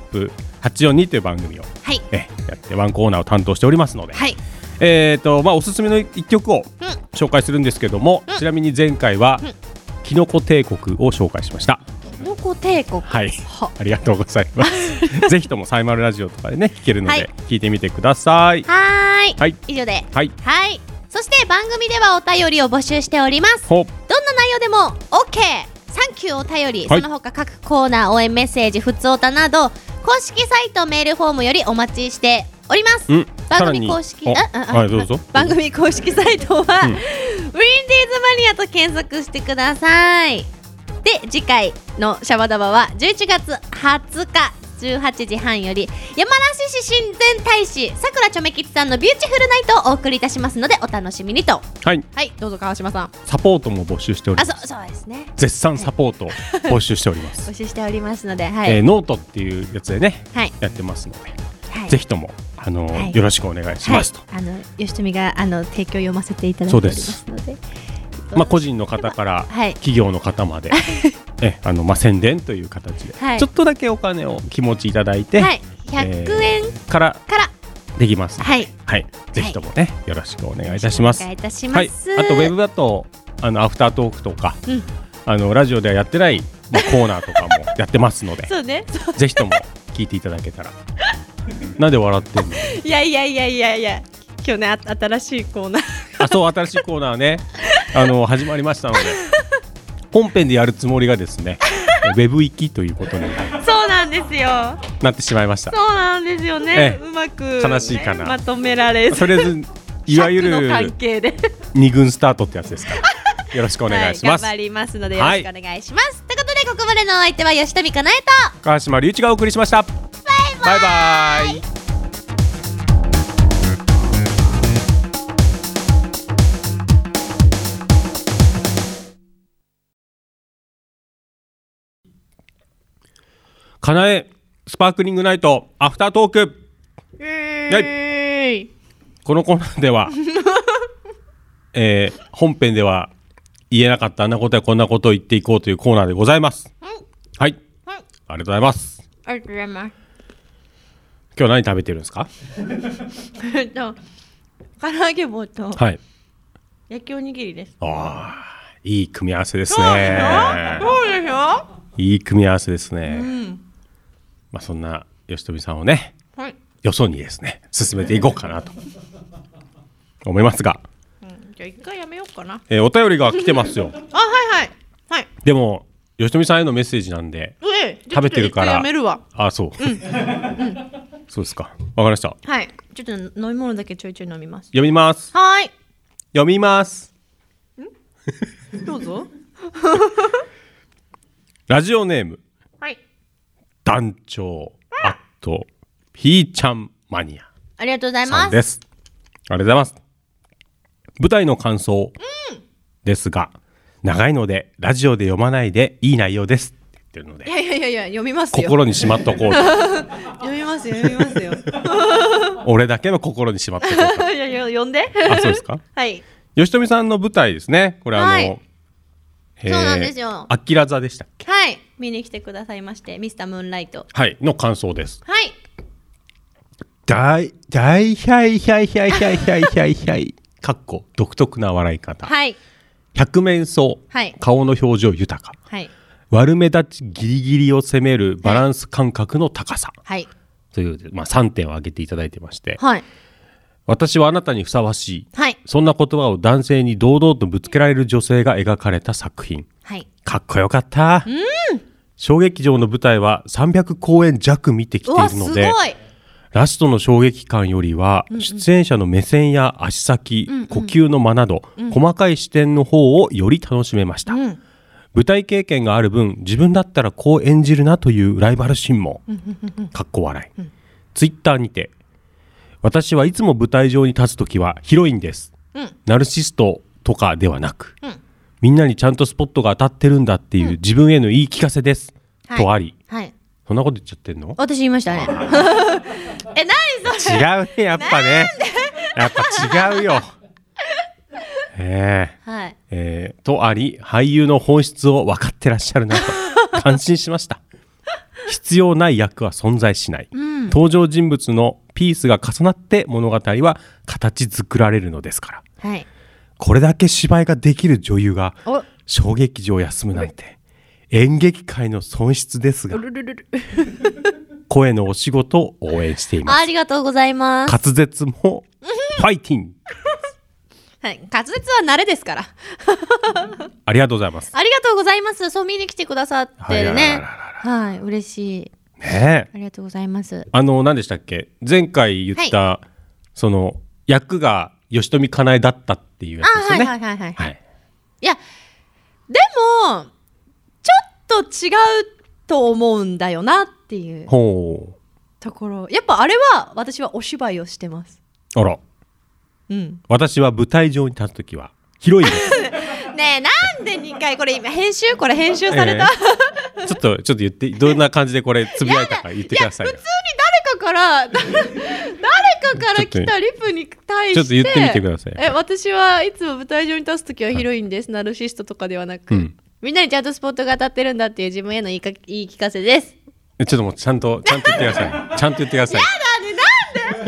ZEP842」という番組を、はいえやってワンコーナーを担当しておりますので、はいえーとまあ、おすすめの一曲をうん紹介するんですけども、ちなみに前回は、うんキノコ帝国を紹介しました。キノコ帝国はいはありがとうござい ます。ぜひともサイマルラジオとかでね聞けるのはでい聞いてみてください。はーいはい以上ではい。はいそして番組ではお便りを募集しておりますほどんな内容でも OK! サンキューお便り、はいその他各コーナー、応援メッセージ、ふつおたなど、公式サイト、メールフォームよりお待ちしております。うん。番さら組に公式ああああはいどうぞ。番組公式サイトは、うんウィンディーズマニアと検索してください。で、次回のシャバダバは11月20日18時半より山梨市親善大使さくらちょめきちさんのビューティフルナイトをお送りいたしますのでお楽しみにとはい。はいどうぞ川島さんサポートも募集しておりあまそうす。そうですね絶賛サポートを募集しておりま す。募集しておりますのではい、えーノートっていうやつでね、はいやってますので、はいぜひともあのーはいよろしくお願いしますと。はい、あの吉富があの提供を読ませていただいてそおうりでますすのでまあ、個人の方からはい企業の方 まで、えあのまあ、宣伝という形で、はいちょっとだけお金を気持ちいただいて、はい100円からからできますので、はいはい、ぜひともね、よろしくお願いいたします。お願いいたしますはい、あとウェブだとあのアフタートークとか、うんあのラジオではやってない、まあ、コーナーとかもやってますの で、そうねそうぜひとも聞いていただけたら。なんで笑ってんの？いやいやいやいやいや今日ねあ新しいコーナー あ、そう新しいコーナーね、あの始まりましたので、本編でやるつもりがです ね、ウェブ行きということにそうなんですよなってしまいましたそう。なんですよねええうまくね悲しいかなまとめられずとりあえずいわゆ尺の関る係で二軍スタートってやつですから、よろしくお願いします。はい、頑張りますのでよろしくお願いします、ということでここまでのお相手は吉富かなえと川島隆一がお送りしました。バイバイ。かなえ、スパークリングナイト、アフタートーク。はいこのコーナーで は、えー本編では言えなかったあんなことやこんなことを言っていこうというコーナーでございます。はい。ありがとうございます。ありがとうございます今日何食べてるんですか。えっと唐揚げ棒とはい。焼きおにぎりですああ、いい組み合わせですそうでしね。ょそうでしょいい組み合わせですね。んまあそんな吉富さんをね、はいよそにですね、進めていこうかなと思いますが、じゃあ一回やめようかなえーお便りが来てますよ。あはいはいはいでも吉富さんへのメッセージなんで、うえ食べてるからちょっと一回やめるわあそう。そうですか。わかりました。はいちょっと飲み物だけちょいちょい飲みます読みます。はーい読みます。どうぞラジオネーム、はい団長、アット、ひーちゃんマニアありがとうございさまんすです。ありがとうございます。舞台の感想ですが、長いので、ラジオで読まないでいい内容ですって言ってるのいで、やいやいやいや読みますよ心にしまっと こうと。読みますよ読みますよ俺だけの心にしまっとこ ういやいや読んでと。あ、そうですか。はい吉富さんの舞台ですね。これあの、はいえそうなんですよアキラ座でしたっけはい見に来てくださいましてミスタームーンライトはい、の感想です。はい大、大、ひゃいひゃいひゃいひゃいひゃいひゃいひゃい。かっこ、独特な笑い方。はい百面相、はい顔の表情豊かはい悪目立ちギリギリを攻めるバランス感覚の高さはいという、まあ、3点を挙げていただいてましてはい私はあなたにふさわしいはいそんな言葉を男性に堂々とぶつけられる女性が描かれた作品はいかっこよかった小劇場の舞台は300公演弱見てきてういわるすごのいでラストの衝撃感よりは、出演者の目線や足先、呼吸の間など、細かい視点の方をより楽しめました、舞台経験がある分自分だったらこう演じるなというライバル心も、かっこ笑い、ツイッターにて私はいつも舞台上に立つ時はヒロインです、ナルシストとかではなく、みんなにちゃんとスポットが当たってるんだっていう自分への言い聞かせです、はいとありはいそんなこと言っちゃってんの私言いました ねえ何そ違れうねやっぱねやっぱ違うよええはいえーとあり俳優の本質を分かってらっしゃるなと感心しました必要ない役は存在しない、登場人物のピースが重なって物語は形作られるのですからはいこれだけ芝居ができる女優がお小劇場を休むなんて演劇界の損失ですが声のお仕事を応援していますありがとうございます滑舌もファイティンはい滑舌は慣れですからありがとうございます。ありがとうございますそう見に来てくださってはいあららねらはい嬉しいねえありがとうございますあの何でしたっけ前回言った、その役が吉富かなえだったっていうやあつですはよいね。はいはいはいはいいや、でも、ちょっと違うと思うんだよなっていうほところ。やっぱあれは私はお芝居をしてます。うあらうん。私は舞台上に立つ時は広いです ねえ、なんで2回これ今編集これ編集された、ええちょっとちょっと 言ってどんな感じでこれつぶやいたか言ってくださいよ普通に誰かから、誰中から来たリプに対してちょっと言ってみてくださいえ私はいつも舞台上に立つ時はヒロインです、ナルシストとかではなく、うんみんなにちゃんとスポットが当たってるんだっていう自分への言いか言い聞かせですえちょっともうちゃんとちゃんと言ってくだ さいちゃんと言ってください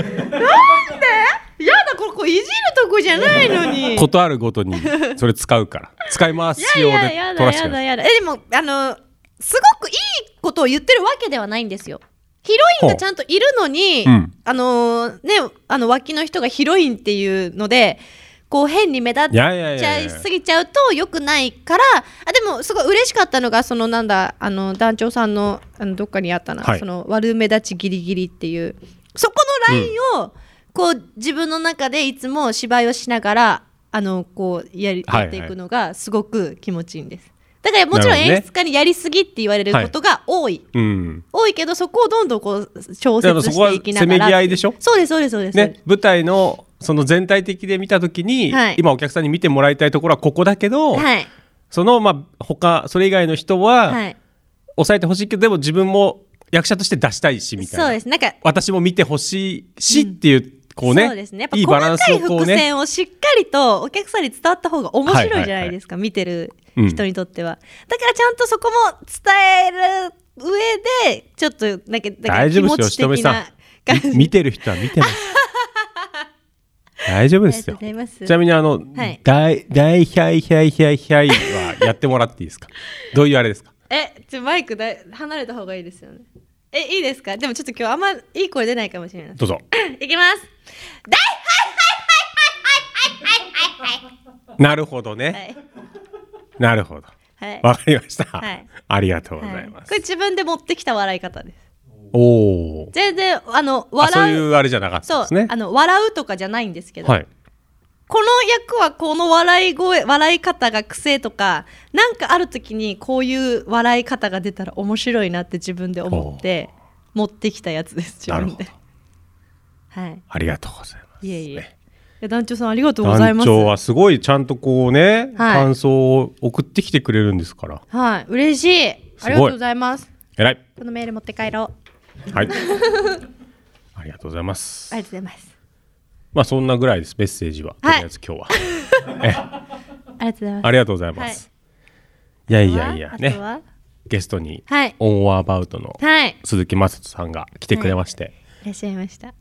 やだここいじるとこじゃないのにことあるごとにそれ使うから使いますいようでやいやや取だらせてやくだださいやだえでもあのすごくいいことを言ってるわけではないんですよヒロインがちゃんといるのに、うんあのねあの脇の人がヒロインっていうのでこう変に目立っいやいやいちゃやいいやすぎちゃうと良くないからあでもすごい嬉しかったのがそのなんだあの団長さんのあのどっかにあったな、はいその悪目立ちギリギリっていうそこのラインを、こう自分の中でいつも芝居をしながらあのこうやりはいやはいっていくのがすごく気持ちいいんです。だからもちろんなるほどね演出家にやりすぎって言われることが多い、うん多いけどそこをどんどんこう調だから節そこしはていきせながらめぎ合いでしょそうですそうですそうです、ね舞台のその全体的で見たときに、はい今お客さんに見てもらいたいところはここだけど、はいそのまあ他それ以外の人ははい抑えてほしいけどでも自分も役者として出したいしみたいなそうですなんか私も見てほしいしっていう、こうねそうですね。やっぱいいバランスをこ細うかい伏ね線をしっかりとお客さんに伝わった方が面白いじゃないですか、見てる人にとっては。だからちゃんとそこも伝える上で、ちょっとなんか、なん大か気丈夫持ですよちしとめ的さなん感じ。見てる人は見て ます大丈夫ですよありがとうございますちなみにあのはい「大大ひゃいひゃいひゃいひゃい」はやってもらっていいですかどういうあれですかえ、ちょマイクだい離れた方がいいですよね。え、いいですかでもちょっと今日あんまいい声出ないかもしれ ない。どうぞいきます。なるほどね、はい。なるほどはい。わかりました、はいありがとうござはいい、こます、れ自分で持ってきた笑い方です。おお全然、あの、あそう笑。いううあれじゃなかったそうですねあの笑うとかじゃないんですけど、はいこの役はこの笑い声笑い方が癖とかなんかある時にこういう笑い方が出たら面白いなって自分で思って持ってきたやつですな自る分ほどではいありがとうございますいえいえ、いや団長さんありがとうござい団ます長はすごいちゃんとこうね、はい感想を送ってきてくれるんですからはい嬉しいすごいありがとうございますえらいこのメール持って帰ろう はいありがとうございますありがとうございますまあそんなぐらいですメッセージはとりはいあえず今日は、ありがとうございますありがとうございます、い、やいやいやあとはあねとはゲストに、はいオン・ワー・バウトのはい鈴木雅人さんが来てくれまして、いらっしゃいました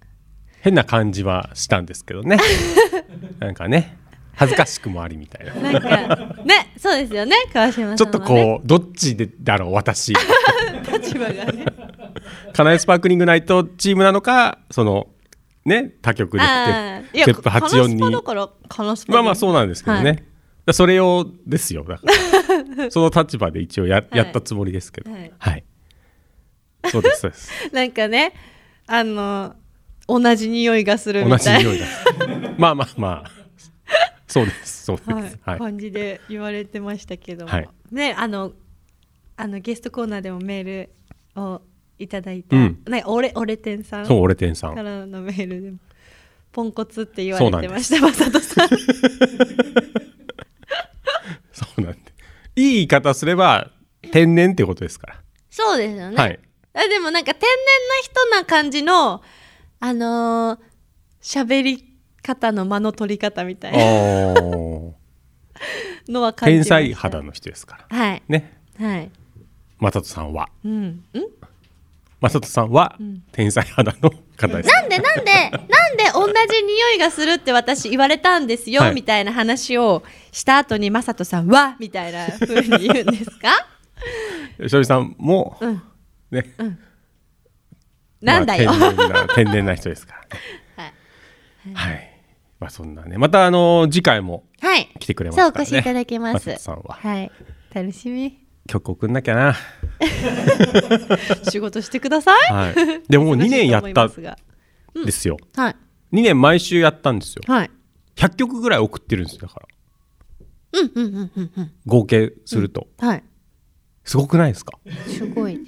変な感じはしたんです けどねなんかね恥ずかしくもありみたいななんかねそうですよね川島さんはねちょっとこうどっちでだろう私立場がねカナエスパークリングナイトチームなのかそのね他局でああいやステップ84カナスパだにからカナスパまあまあそうなんですけどね、はいだからそれをですよだか らその立場で一応や,、やったつもりですけどははいい、そうですそうです なんかねあの同じ匂いがする同みじたい匂ないだ まあまあまあそうですそうですは、はいい、はい感じで言われてましたけども、はいねあのあのゲストコーナーでもメールをいただいた、うんなんか俺俺天さんそうか俺天さんらのメールでもポンコツって言そうわなんれてですましたまさとさん そうなんでいい言い方すれば天然ってことですか そうですよら、ね、はいあでもなんか天然な人な感じのあのー喋り方の間の取り方みたいあなーのは感じま 天した才肌の人ですからはいねはいマサトさんはうんんマサトさんは天才肌の方です、なんでなんでなんで同じ匂いがするって私言われたんですよ、はいみたいな話をした後にマサトさんはみたいな風に言うんです か吉富さんも、んね、なんだよ、まあ天然な天然な人ですから ねはい、まあそんなねまたあの次回もはい来てくれますかそうおらね越しいただけまマす、サトさんははい楽しみ曲送んなきゃな、仕事してください、 はい、でもう2年やった忙しいと思いまですよすがはい2年毎週やったんですよはい100曲ぐらい送ってるんですよだからうんうんうんうんうん合計すると、はいすごくないですかすごい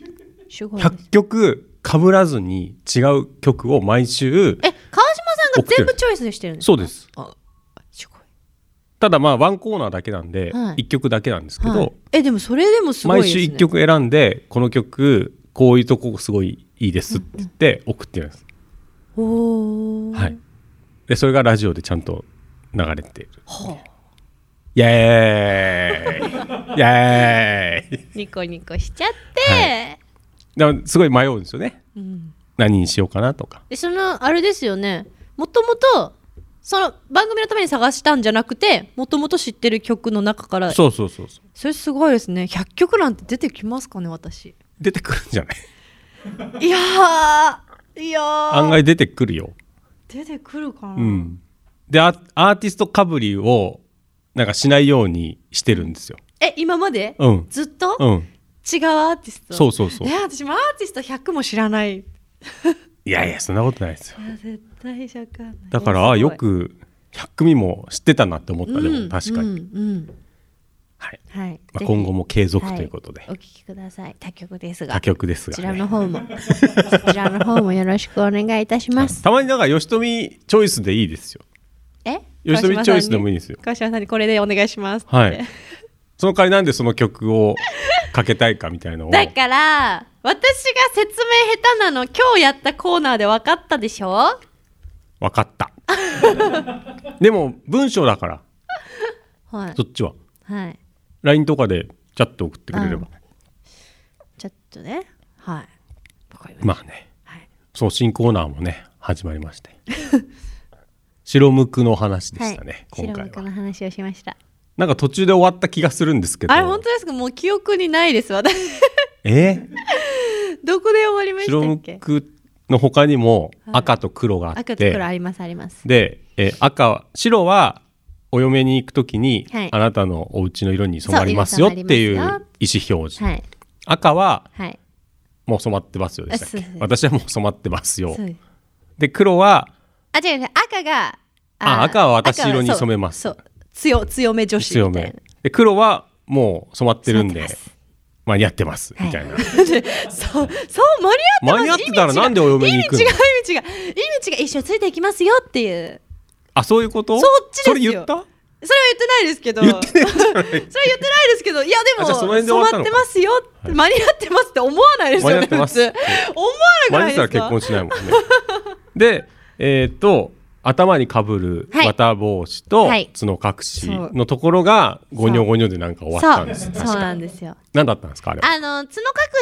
すごいです100曲かぶらずに違う曲を毎週え川島さんが全部チョイスしてるんですかそうですすごいただまあワンコーナーだけなんで、はい一1曲だけなんですけど、はい、えでもそれでもすごい毎です、週ね、 1曲選んでこの曲こういうとこすごいいいですって言って送ってるんです、おーはい、でそれがラジオでちゃんと流れているイエーイイエーイニコニコしちゃって、はだからすごい迷うんですよね何にしようかなとかでそのあれですよねもともとその番組のために探したんじゃなくてもともと知ってる曲の中からそうそうそうそうそれすごいですね100曲なんて出てきますかね私出てくるんじゃないいやーいやー案外出てくるよ、出てくるかな、うん、でアアーティストかぶりをなんかしないようにしてるんですよえ今まで、うんずっと、うん違うアーティストそうそうそうえ私もアーティスト100も知らないいいやいやそんなことないですよや絶対しゃかんないだかいやらあすごいよく100組も知ってたなって思ったでうもん確かうんに、うんはいはい、まぜあ、ひ今後も継続ということで、お聞きください他局ですが他局ですこちが、らねの方もそちらの方もよろしくお願いいたしますたまになんか吉富チョイスでいいですよえ吉富チョイスでもいいですよ川島さんにこれでお願いしますってはいその代わりなんでその曲をかけたいかみたいのをだから私が説明下手なの今日やったコーナーで分かったでしょ分かった でも文章だからはいそっちははい LINE とかでチャット送ってくれれば、ちょっとねはいわかりましたまあね、はいそう新コーナーもね始まりまして 白無垢の話でしたね、はい、今白回幕はの話をしましたなんか途中で終わった気がするんですけどあれ本当ですかもう記憶にないです私えどこで終わりまー、した白っ無け垢の他にも赤と黒があって、赤と黒ありますありますで、えー赤は白はお嫁に行くときに、はいあなたのお家の色に染まりますよっていう意そう色に染ま思り表示、はい赤ははいもう染まってますよでしたっあそうけです私はもう染まってますよそうですで黒はあ違う違う赤があ赤は私色に赤は染めますそうそう強強め女子強みたいなめで黒はもう染まってるんで染まって間に合ってますみたいな、そうそう間に合ってます間に合ってたらなんでお嫁に行くの意味違う意味違う意味違う一生ついていきますよっていうあそういうことそっちですよれ言ったそれは言ってないですけど言ってねえじゃない それは言ってないですけどいやであもじゃあその辺で終わった染まのってかますよって間に合ってますって思わないですよ間に合ねってま普す通 思わなくマなジいでさすは結か婚しないもんね でえっ、と頭にかぶるはい綿帽子とはい角隠しそうのところがゴニョゴニョでなんか終わったんですそうそうなんですよ何だったんですかあれはあの角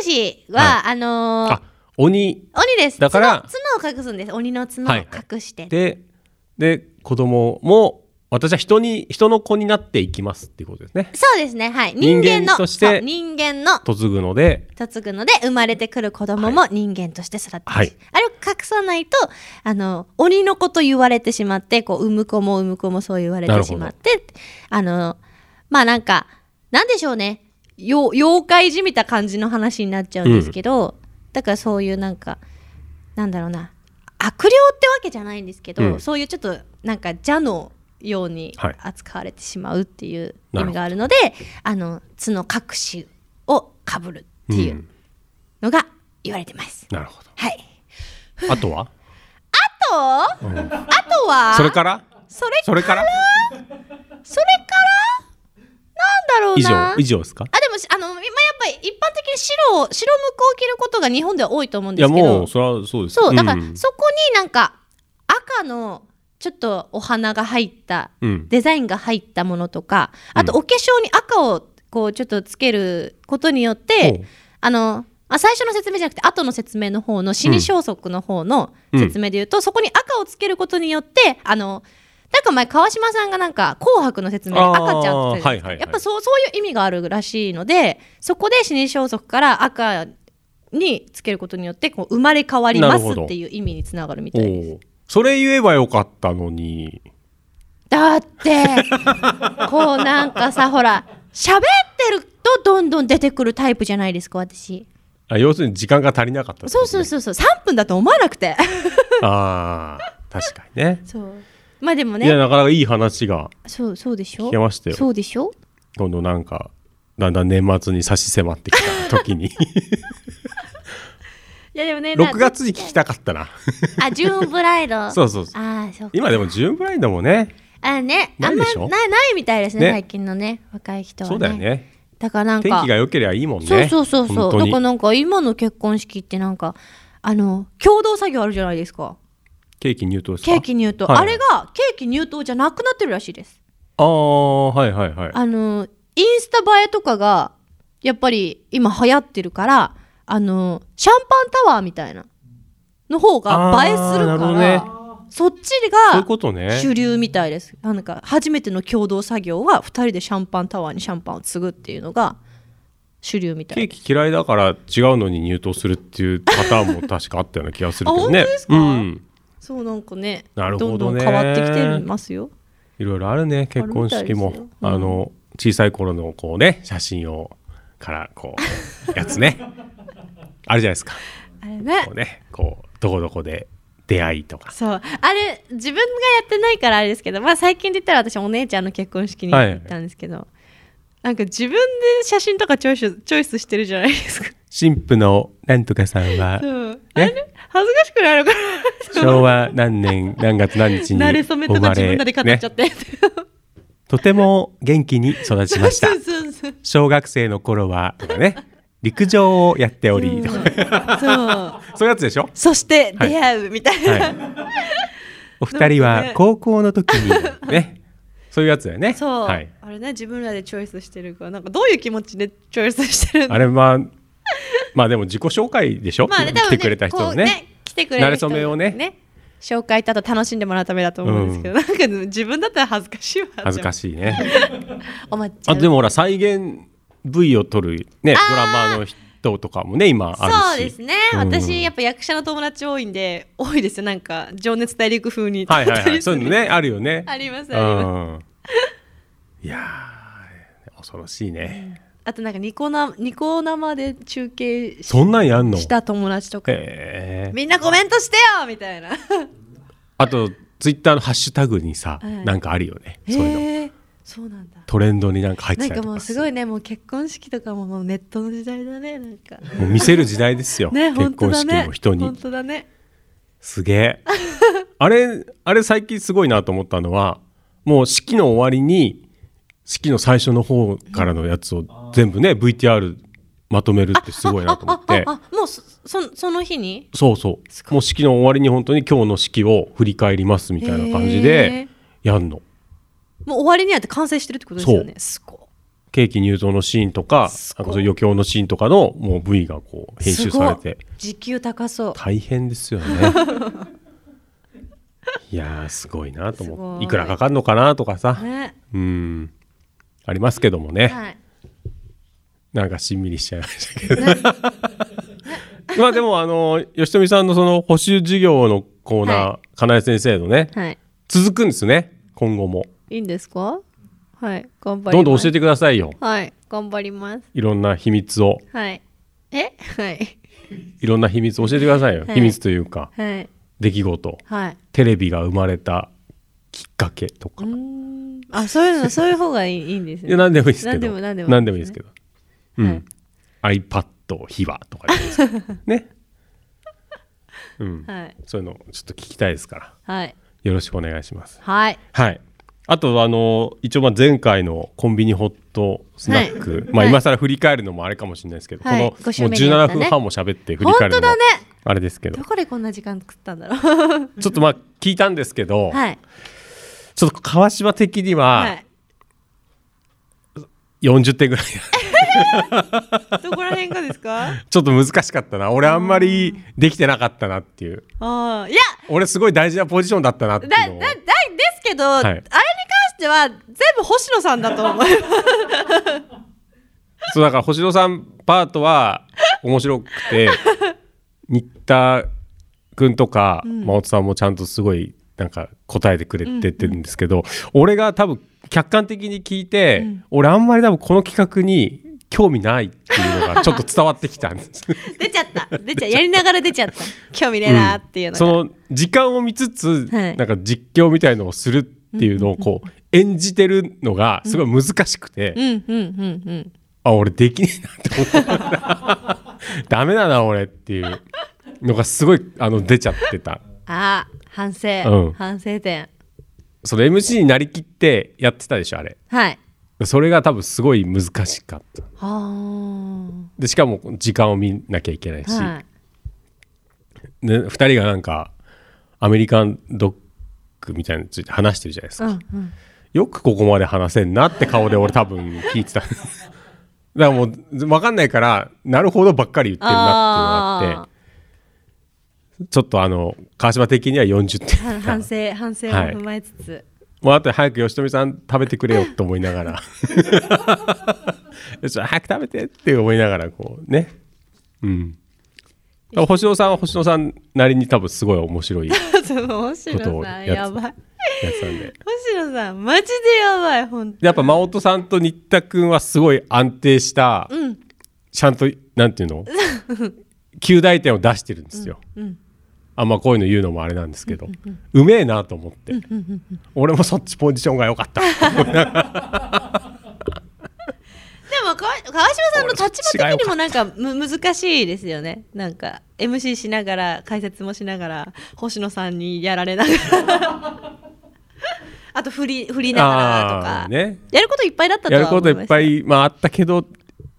隠しは、あのーあ鬼鬼ですだから角角を隠すんです鬼の角をはい隠して、でで子供も私は人に人の子になっていきますっていうことですねそうですねはい人人間間のとしてそう人間の嫁ぐので嫁ぐので生まれてくる子供も人間として育ってます、はいあれを隠さないとあの鬼の子と言われてしまってこう産む子も産む子もそう言われてしまってあのまあなんかなんでしょうねよ妖怪じみた感じの話になっちゃうんですけど、だからそういうなんかなんだろうな悪霊ってわけじゃないんですけど、うんそういうちょっとなんか邪のようにはい扱われてしまうっていうな意るほど味があるので、あの角隠しをかぶるっていううんのが言われてます。なるほどはい。あとはと、あとはそれからそれそれからそれからなん以だろうな。上以上ですかあでもしあの今やっぱり一般的に白を白無垢を着ることが日本では多いと思うんいでやすけど。もうそれはそうですそうだからんそこになんか赤のちょっとお花が入った、うんデザインが入ったものとかあとお化粧に赤をこうちょっとつけることによって、おうあのあ最初の説明じゃなくて後の説明の方の死に消息の方の説明で言うと、そこに赤をつけることによってあのなんか前川島さんがなんか「紅白」の説明で赤ちゃんって言ってたじゃないですかあーはいはいはいやっぱそうそういう意味があるらしいのでそこで死に消息から赤につけることによってこう生まれ変わりますっていう意味につながるみたおいです。うそれ言えばよかったのにだってこうなんかさほら喋ってるとどんどん出てくるタイプじゃないですか私あ要するに時間が足りなかったってそこうとそねうそうそう3分だと思わなくてああ確かにねそうまあでもいやねなかなかいい話がそうそうでしょ聞けましたよそうでしょ今度なんかだんだん年末に差し迫ってきた 時にいやでもねな6月に聞きたかったなあジューンブライド そうそうそうああそうか今でもジューンブライドもねあねあないんまでしょないないみたいですねね最近のね若い人はねそうだよねだからなんか天気が良ければいいもんねそうそうそうそ本う当なんにかなんか今の結婚式ってなんかあの共同作業あるじゃないですかケーキ入刀ですかケーキ入刀、はいあれがケーキ入刀じゃなくなってるらしいですああはいはいはいあのインスタ映えとかがやっぱり今流行ってるからあのシャンパンタワーみたいなの方が映えするあーなからるほどねそっちそういうがことね主流みたいです、なんか初めての共同作業は2人でシャンパンタワーにシャンパンを継ぐっていうのが主流みたケーいキ嫌いだから違うのに入刀するっていうパターンも確かあったような気がするけどねあ本当ですかうんそうなんかねなるほどねどんどん変わってきてますよいろいろあるね結婚式あるみたいもですあ,、の小さい頃のこうね写真をからこうやつね あるじゃないですかあれねこうねこうどこどこで出会いとかそうあれ自分がやってないからあれですけど、まあ、最近で言ったら私お姉ちゃんの結婚式にはい行ったんですけど、なんか自分で写真とかチョイスチョイスしてるじゃないですか新婦のなんとかさんはそうね恥ずかしくないのかな昭和何年何月何日 になれそめと生かま自分らで語れ、っねちゃ、って、とても元気に育ちました そうそうそう小学生の頃はとかね 陸上をやってお りとかそうそういうやつでしょそして出会うみたいな、 はい。お二人は高校の時に ね、そういうやつだよね。そう、はい。あれね自分らでチョイスしてるからなんかどういう気持ちでチョイスしてるのあれまあ、まあでも自己紹介でしょ。まあね多 来分ねてくれた人このうね。来てくれる人馴れ初めをね紹介とあと楽しんでもらうためだと思うんですけど、なんか自分だったら恥ずかしいわ恥ずかいしいね。思っちゃあうでもほら再現 V を撮るねドラマーの人とかもね今あるし。そうですね、うん私やっぱ役者の友達多いんで多いですよなんか情熱大陸風にはいはい撮ったはり い。すそうるいうのねあるよね。ありますうありますん。いやー恐ろしいね。あとなんかニコなニコ生で中継しそんなんやんの。した友達とかへーみんなコメントしてよみ たいなあとツイッターのハッシュタグにさ、はいなんかあるよね。そういうの。へえそうなんだトレンドになんか入っなんてたりかともかうすごいねもう結婚式とかももうネットの時代だねなんかもう見せる時代ですよ、ね結本当婚だ式ねも人に本当だねすげえあれあれ最近すごいなと思ったのはもう式の終わりに式の最初の方からのやつを全部ね VTR まとめるってすごいなと思 ってあもうそそその日にそうそうもう式の終わりに本当に今日の式を振り返りますみたいな感じでやんのもう終わりにはって完成してるってことですよねすごケーキ入刀のシーンとかすなごんいかそういう余興のシーンとかのもう V がこうい編集されてすごい時給高そう大変ですよ ね。いやーすごいなとす思っごていいくらかかるのかなとかさ、ねうんありますけどもね、はいなんかしんみりしちゃいましたけど、 まあでもあの吉富さんのその補習授業のコーナー、かなえ先生のねはい続くんですね今後もいいんですかはい頑張りますどんどん教えてくださいよはい頑張りますいろんな秘密をはいえはいいろんな秘密を教えてくださいよ、はい秘密というかはい出来事はいテレビが生まれたきっかけとかうーんあそういうのそういう方がいいいいんですいやね何でもいいですけど何でも何でも何でもいいですけど、うん、iPad 秘話とかでもいいですけ どね、うんはいそういうのちょっと聞きたいですからはいよろしくお願いしますはいはいあとあの一応まあ前回のコンビニホットスナック、まあはい今更振り返るのもあれかもしれないですけど、はいこのもうご賞味になった17ね分半も喋って振り返る本当のもだねあれですけどどこでこんな時間食ったんだろう ちょっとまあ聞いたんですけど、はいちょっと川島的にははい40点ぐらいどこら辺がですか ちょっと難しかったな俺あんまりできてなかったなっていうああいや俺すごい大事なポジションだったなっていだだうのをだですけど、いあれに関しては全部星野さんだと思うそうだから星野さんパートは面白く て新田君とか真央さんもちゃんとすごいなんか答えてくれててるんですけど、俺が多分客観的に聞いて、俺あんまり多分この企画に興味ないっていうのがちょっと伝わってきたんです。 出ちゃった出ちゃやりながら出ちゃった興味ねえなっていうのが、その時間を見つつ、はいなんか実況みたいのをするっていうのをこう演じてるのがすごい難しくて、うんうんうんうんあ俺できねえなって思った ダメだな俺っていうのがすごいあの出ちゃってたああ反省、うん反省点その MC になりきってやってたでしょあれはいそれが多分すごい難しかったあーでしかも時間を見なきゃいけないし、はいで2人がなんかアメリカンドッグみたいなのについて話してるじゃないですか、うんうんよくここまで話せんなって顔で俺多分聞いてた だからもう分かんないからなるほどばっかり言ってるなっていうのがあってちょっとあの川島的には40点は反省反省をはい踏まえつつ、 もうあと早く吉富さん食べてくれよと思いながらよし早く食べてって思いながらこうねうん多分星野さんは星野さんなりに多分すごい面白いやちょっと星こと野をさんやつやばいつなんで星野さんマジでやばいほんやっぱ真音さんと新田君はすごい安定した、ちゃんとなんていうの旧大点を出してるんですよ、あんまこういうの言うのもあれなんですけど、うめえなと思って、俺もそっちポジションが良かったでも川川島さんの立場的にもなんかむ難しいですよねなんか MC しながら解説もしながら星野さんにやられながら あと振り振りながらとあか、ーねやることいっぱいだったとやるは思こいまとすいっぱい、まあ、あったけど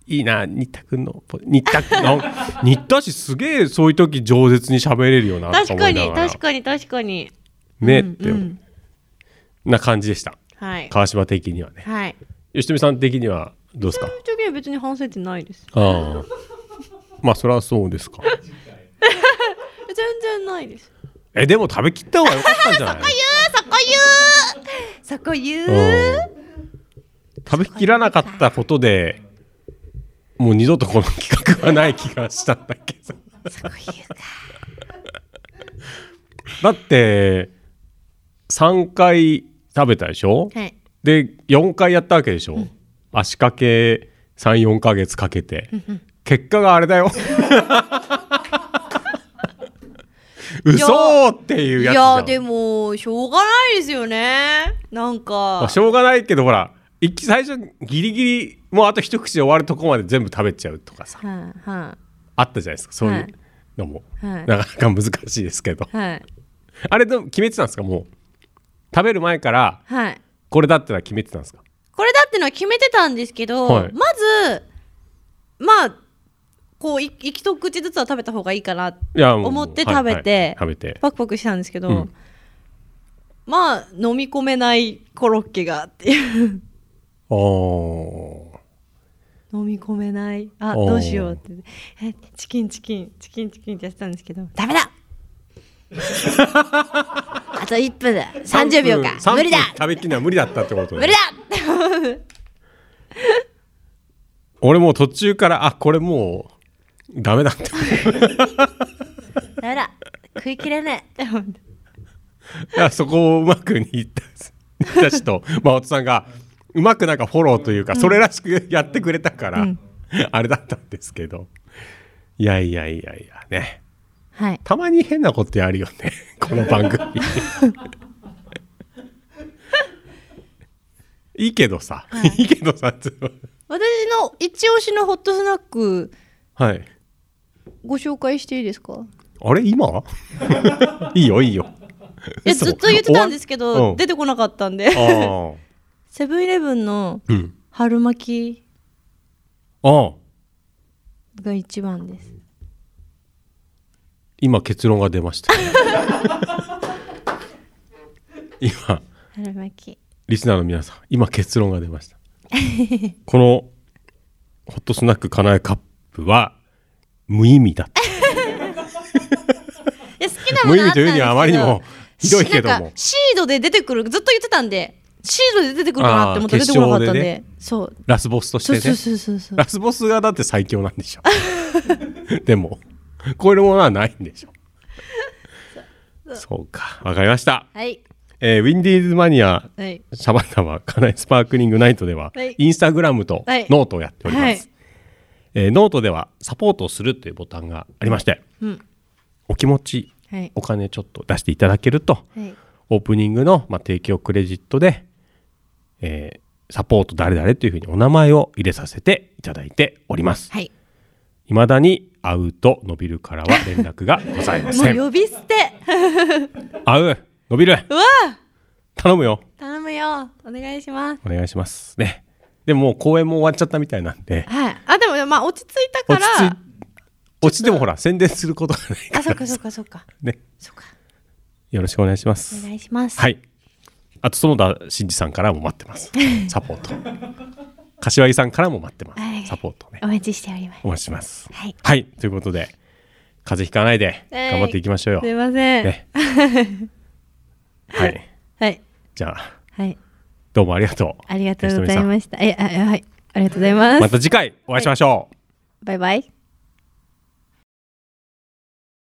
いいな新田君のポ新田君の 新田氏すげえそういう時饒舌に喋れるよなと確思かいなにがら確かに確かにねって、うんな感じでしたはい川島的にはねはい吉富さん的にはどうですかそういう時は別に反省ってないですああまあそれはそうですか全然ないですえでも食べきった方が良かったんじゃないそこ言うそこ言うん食べきらなかったことでもう二度とこの企画はない気がしたんだけどだって3回食べたでしょ、はいで4回やったわけでしょ、足掛け34ヶ月かけて結果があれ だよ嘘っていうやいつじゃやんでもしょうがないですよねなんまあかしょうがないけどほら一気最初ギリギリもうあと一口で終わるとこまで全部食べちゃうとかさはいはあったじゃないですかそういはういのも、はいなかなか難しいですけどいはいあれでも決めてたんですかもう食べる前からはいこれだってのは決めてたんですかこれだってのは決めてたんですけど、はいまずまあこうい一口ずつは食べた方がいいかないやもう思ってはい食べて、はい食べてパクパクしたんですけど、うんまあ飲み込めないコロッケがっていう あー飲み込めないあおーどうしようってえチキンチキンチキンチキンってやってたんですけどダ メだあと1分だ30秒か3分無理だ食べきるのは無理だったってこと無で理だ俺もう途中からあこれもうダメだってダメだ食い切れねえいやそこをうまくにいったんです新田 氏と真音さんがうまくなんかフォローというか、それらしくやってくれたから、あれだったんですけどいやいやいやいやねはいたまに変なことやるよね この 番組いいけどさ、い、いけどさつ私の一押しのホットスナックはいご紹介していいですかあれ今いいよいいよいやずっと言ってたんですけ終わうどん出てこなかったんであーセブンイレブンのうん春巻あーきが一番です今結論が出ました 今春巻きリスナーの皆さん今結論が出ましたこのホットスナックかなえカップは無意味だ ったいや好きなも無のあ意っ味たとんですけいうにどはあまり にもひどいけどなんもかシードで出てくるずっと言ってたんでシードで出てくるかなって思ってあー出てこなかったんで決そ勝うラスボスとしてそうねそうそうそうそうラスボスがだって最強なんでしょ でも超えるものはないんでしょそうかわかりました、はいえーウィンディーズマニアはいシャバダはカナイスパークリングナイトでは、はいインスタグラムとはいノートをやっております、はいえーノートではサポートをするというボタンがありまして、うんお気持ちはいお金ちょっと出していただけるとはいオープニングの、まあ、提供クレジットで、えーサポート誰々というふうにお名前を入れさせていただいております、はいいまだに会うと伸びるからは連絡がございませもう呼んび捨て会う伸びるうわ頼むよ頼むよお願いしますお願いしますねでももう公演も終わっちゃったみたいなんではいあでもまあ落ち着いたか落ち着いら落ちてもほら宣伝することがないからあそっかそっかそっかねそっかいよろしくお願いしますお願いします。はい。あと園田真二さんからも待っ てます。サポート。柏木さんからも待ってます。はいサポートね。お待ちしております。お待ちします。はい。ということで、風邪ひかないではい頑張っていきましょうよ。すいません。ねはい。はい。じゃあ、はい。どうもありがとう。ありがとうございました。え、あはい。ありがとうございます。また次回お会いしましょう。バイバイ。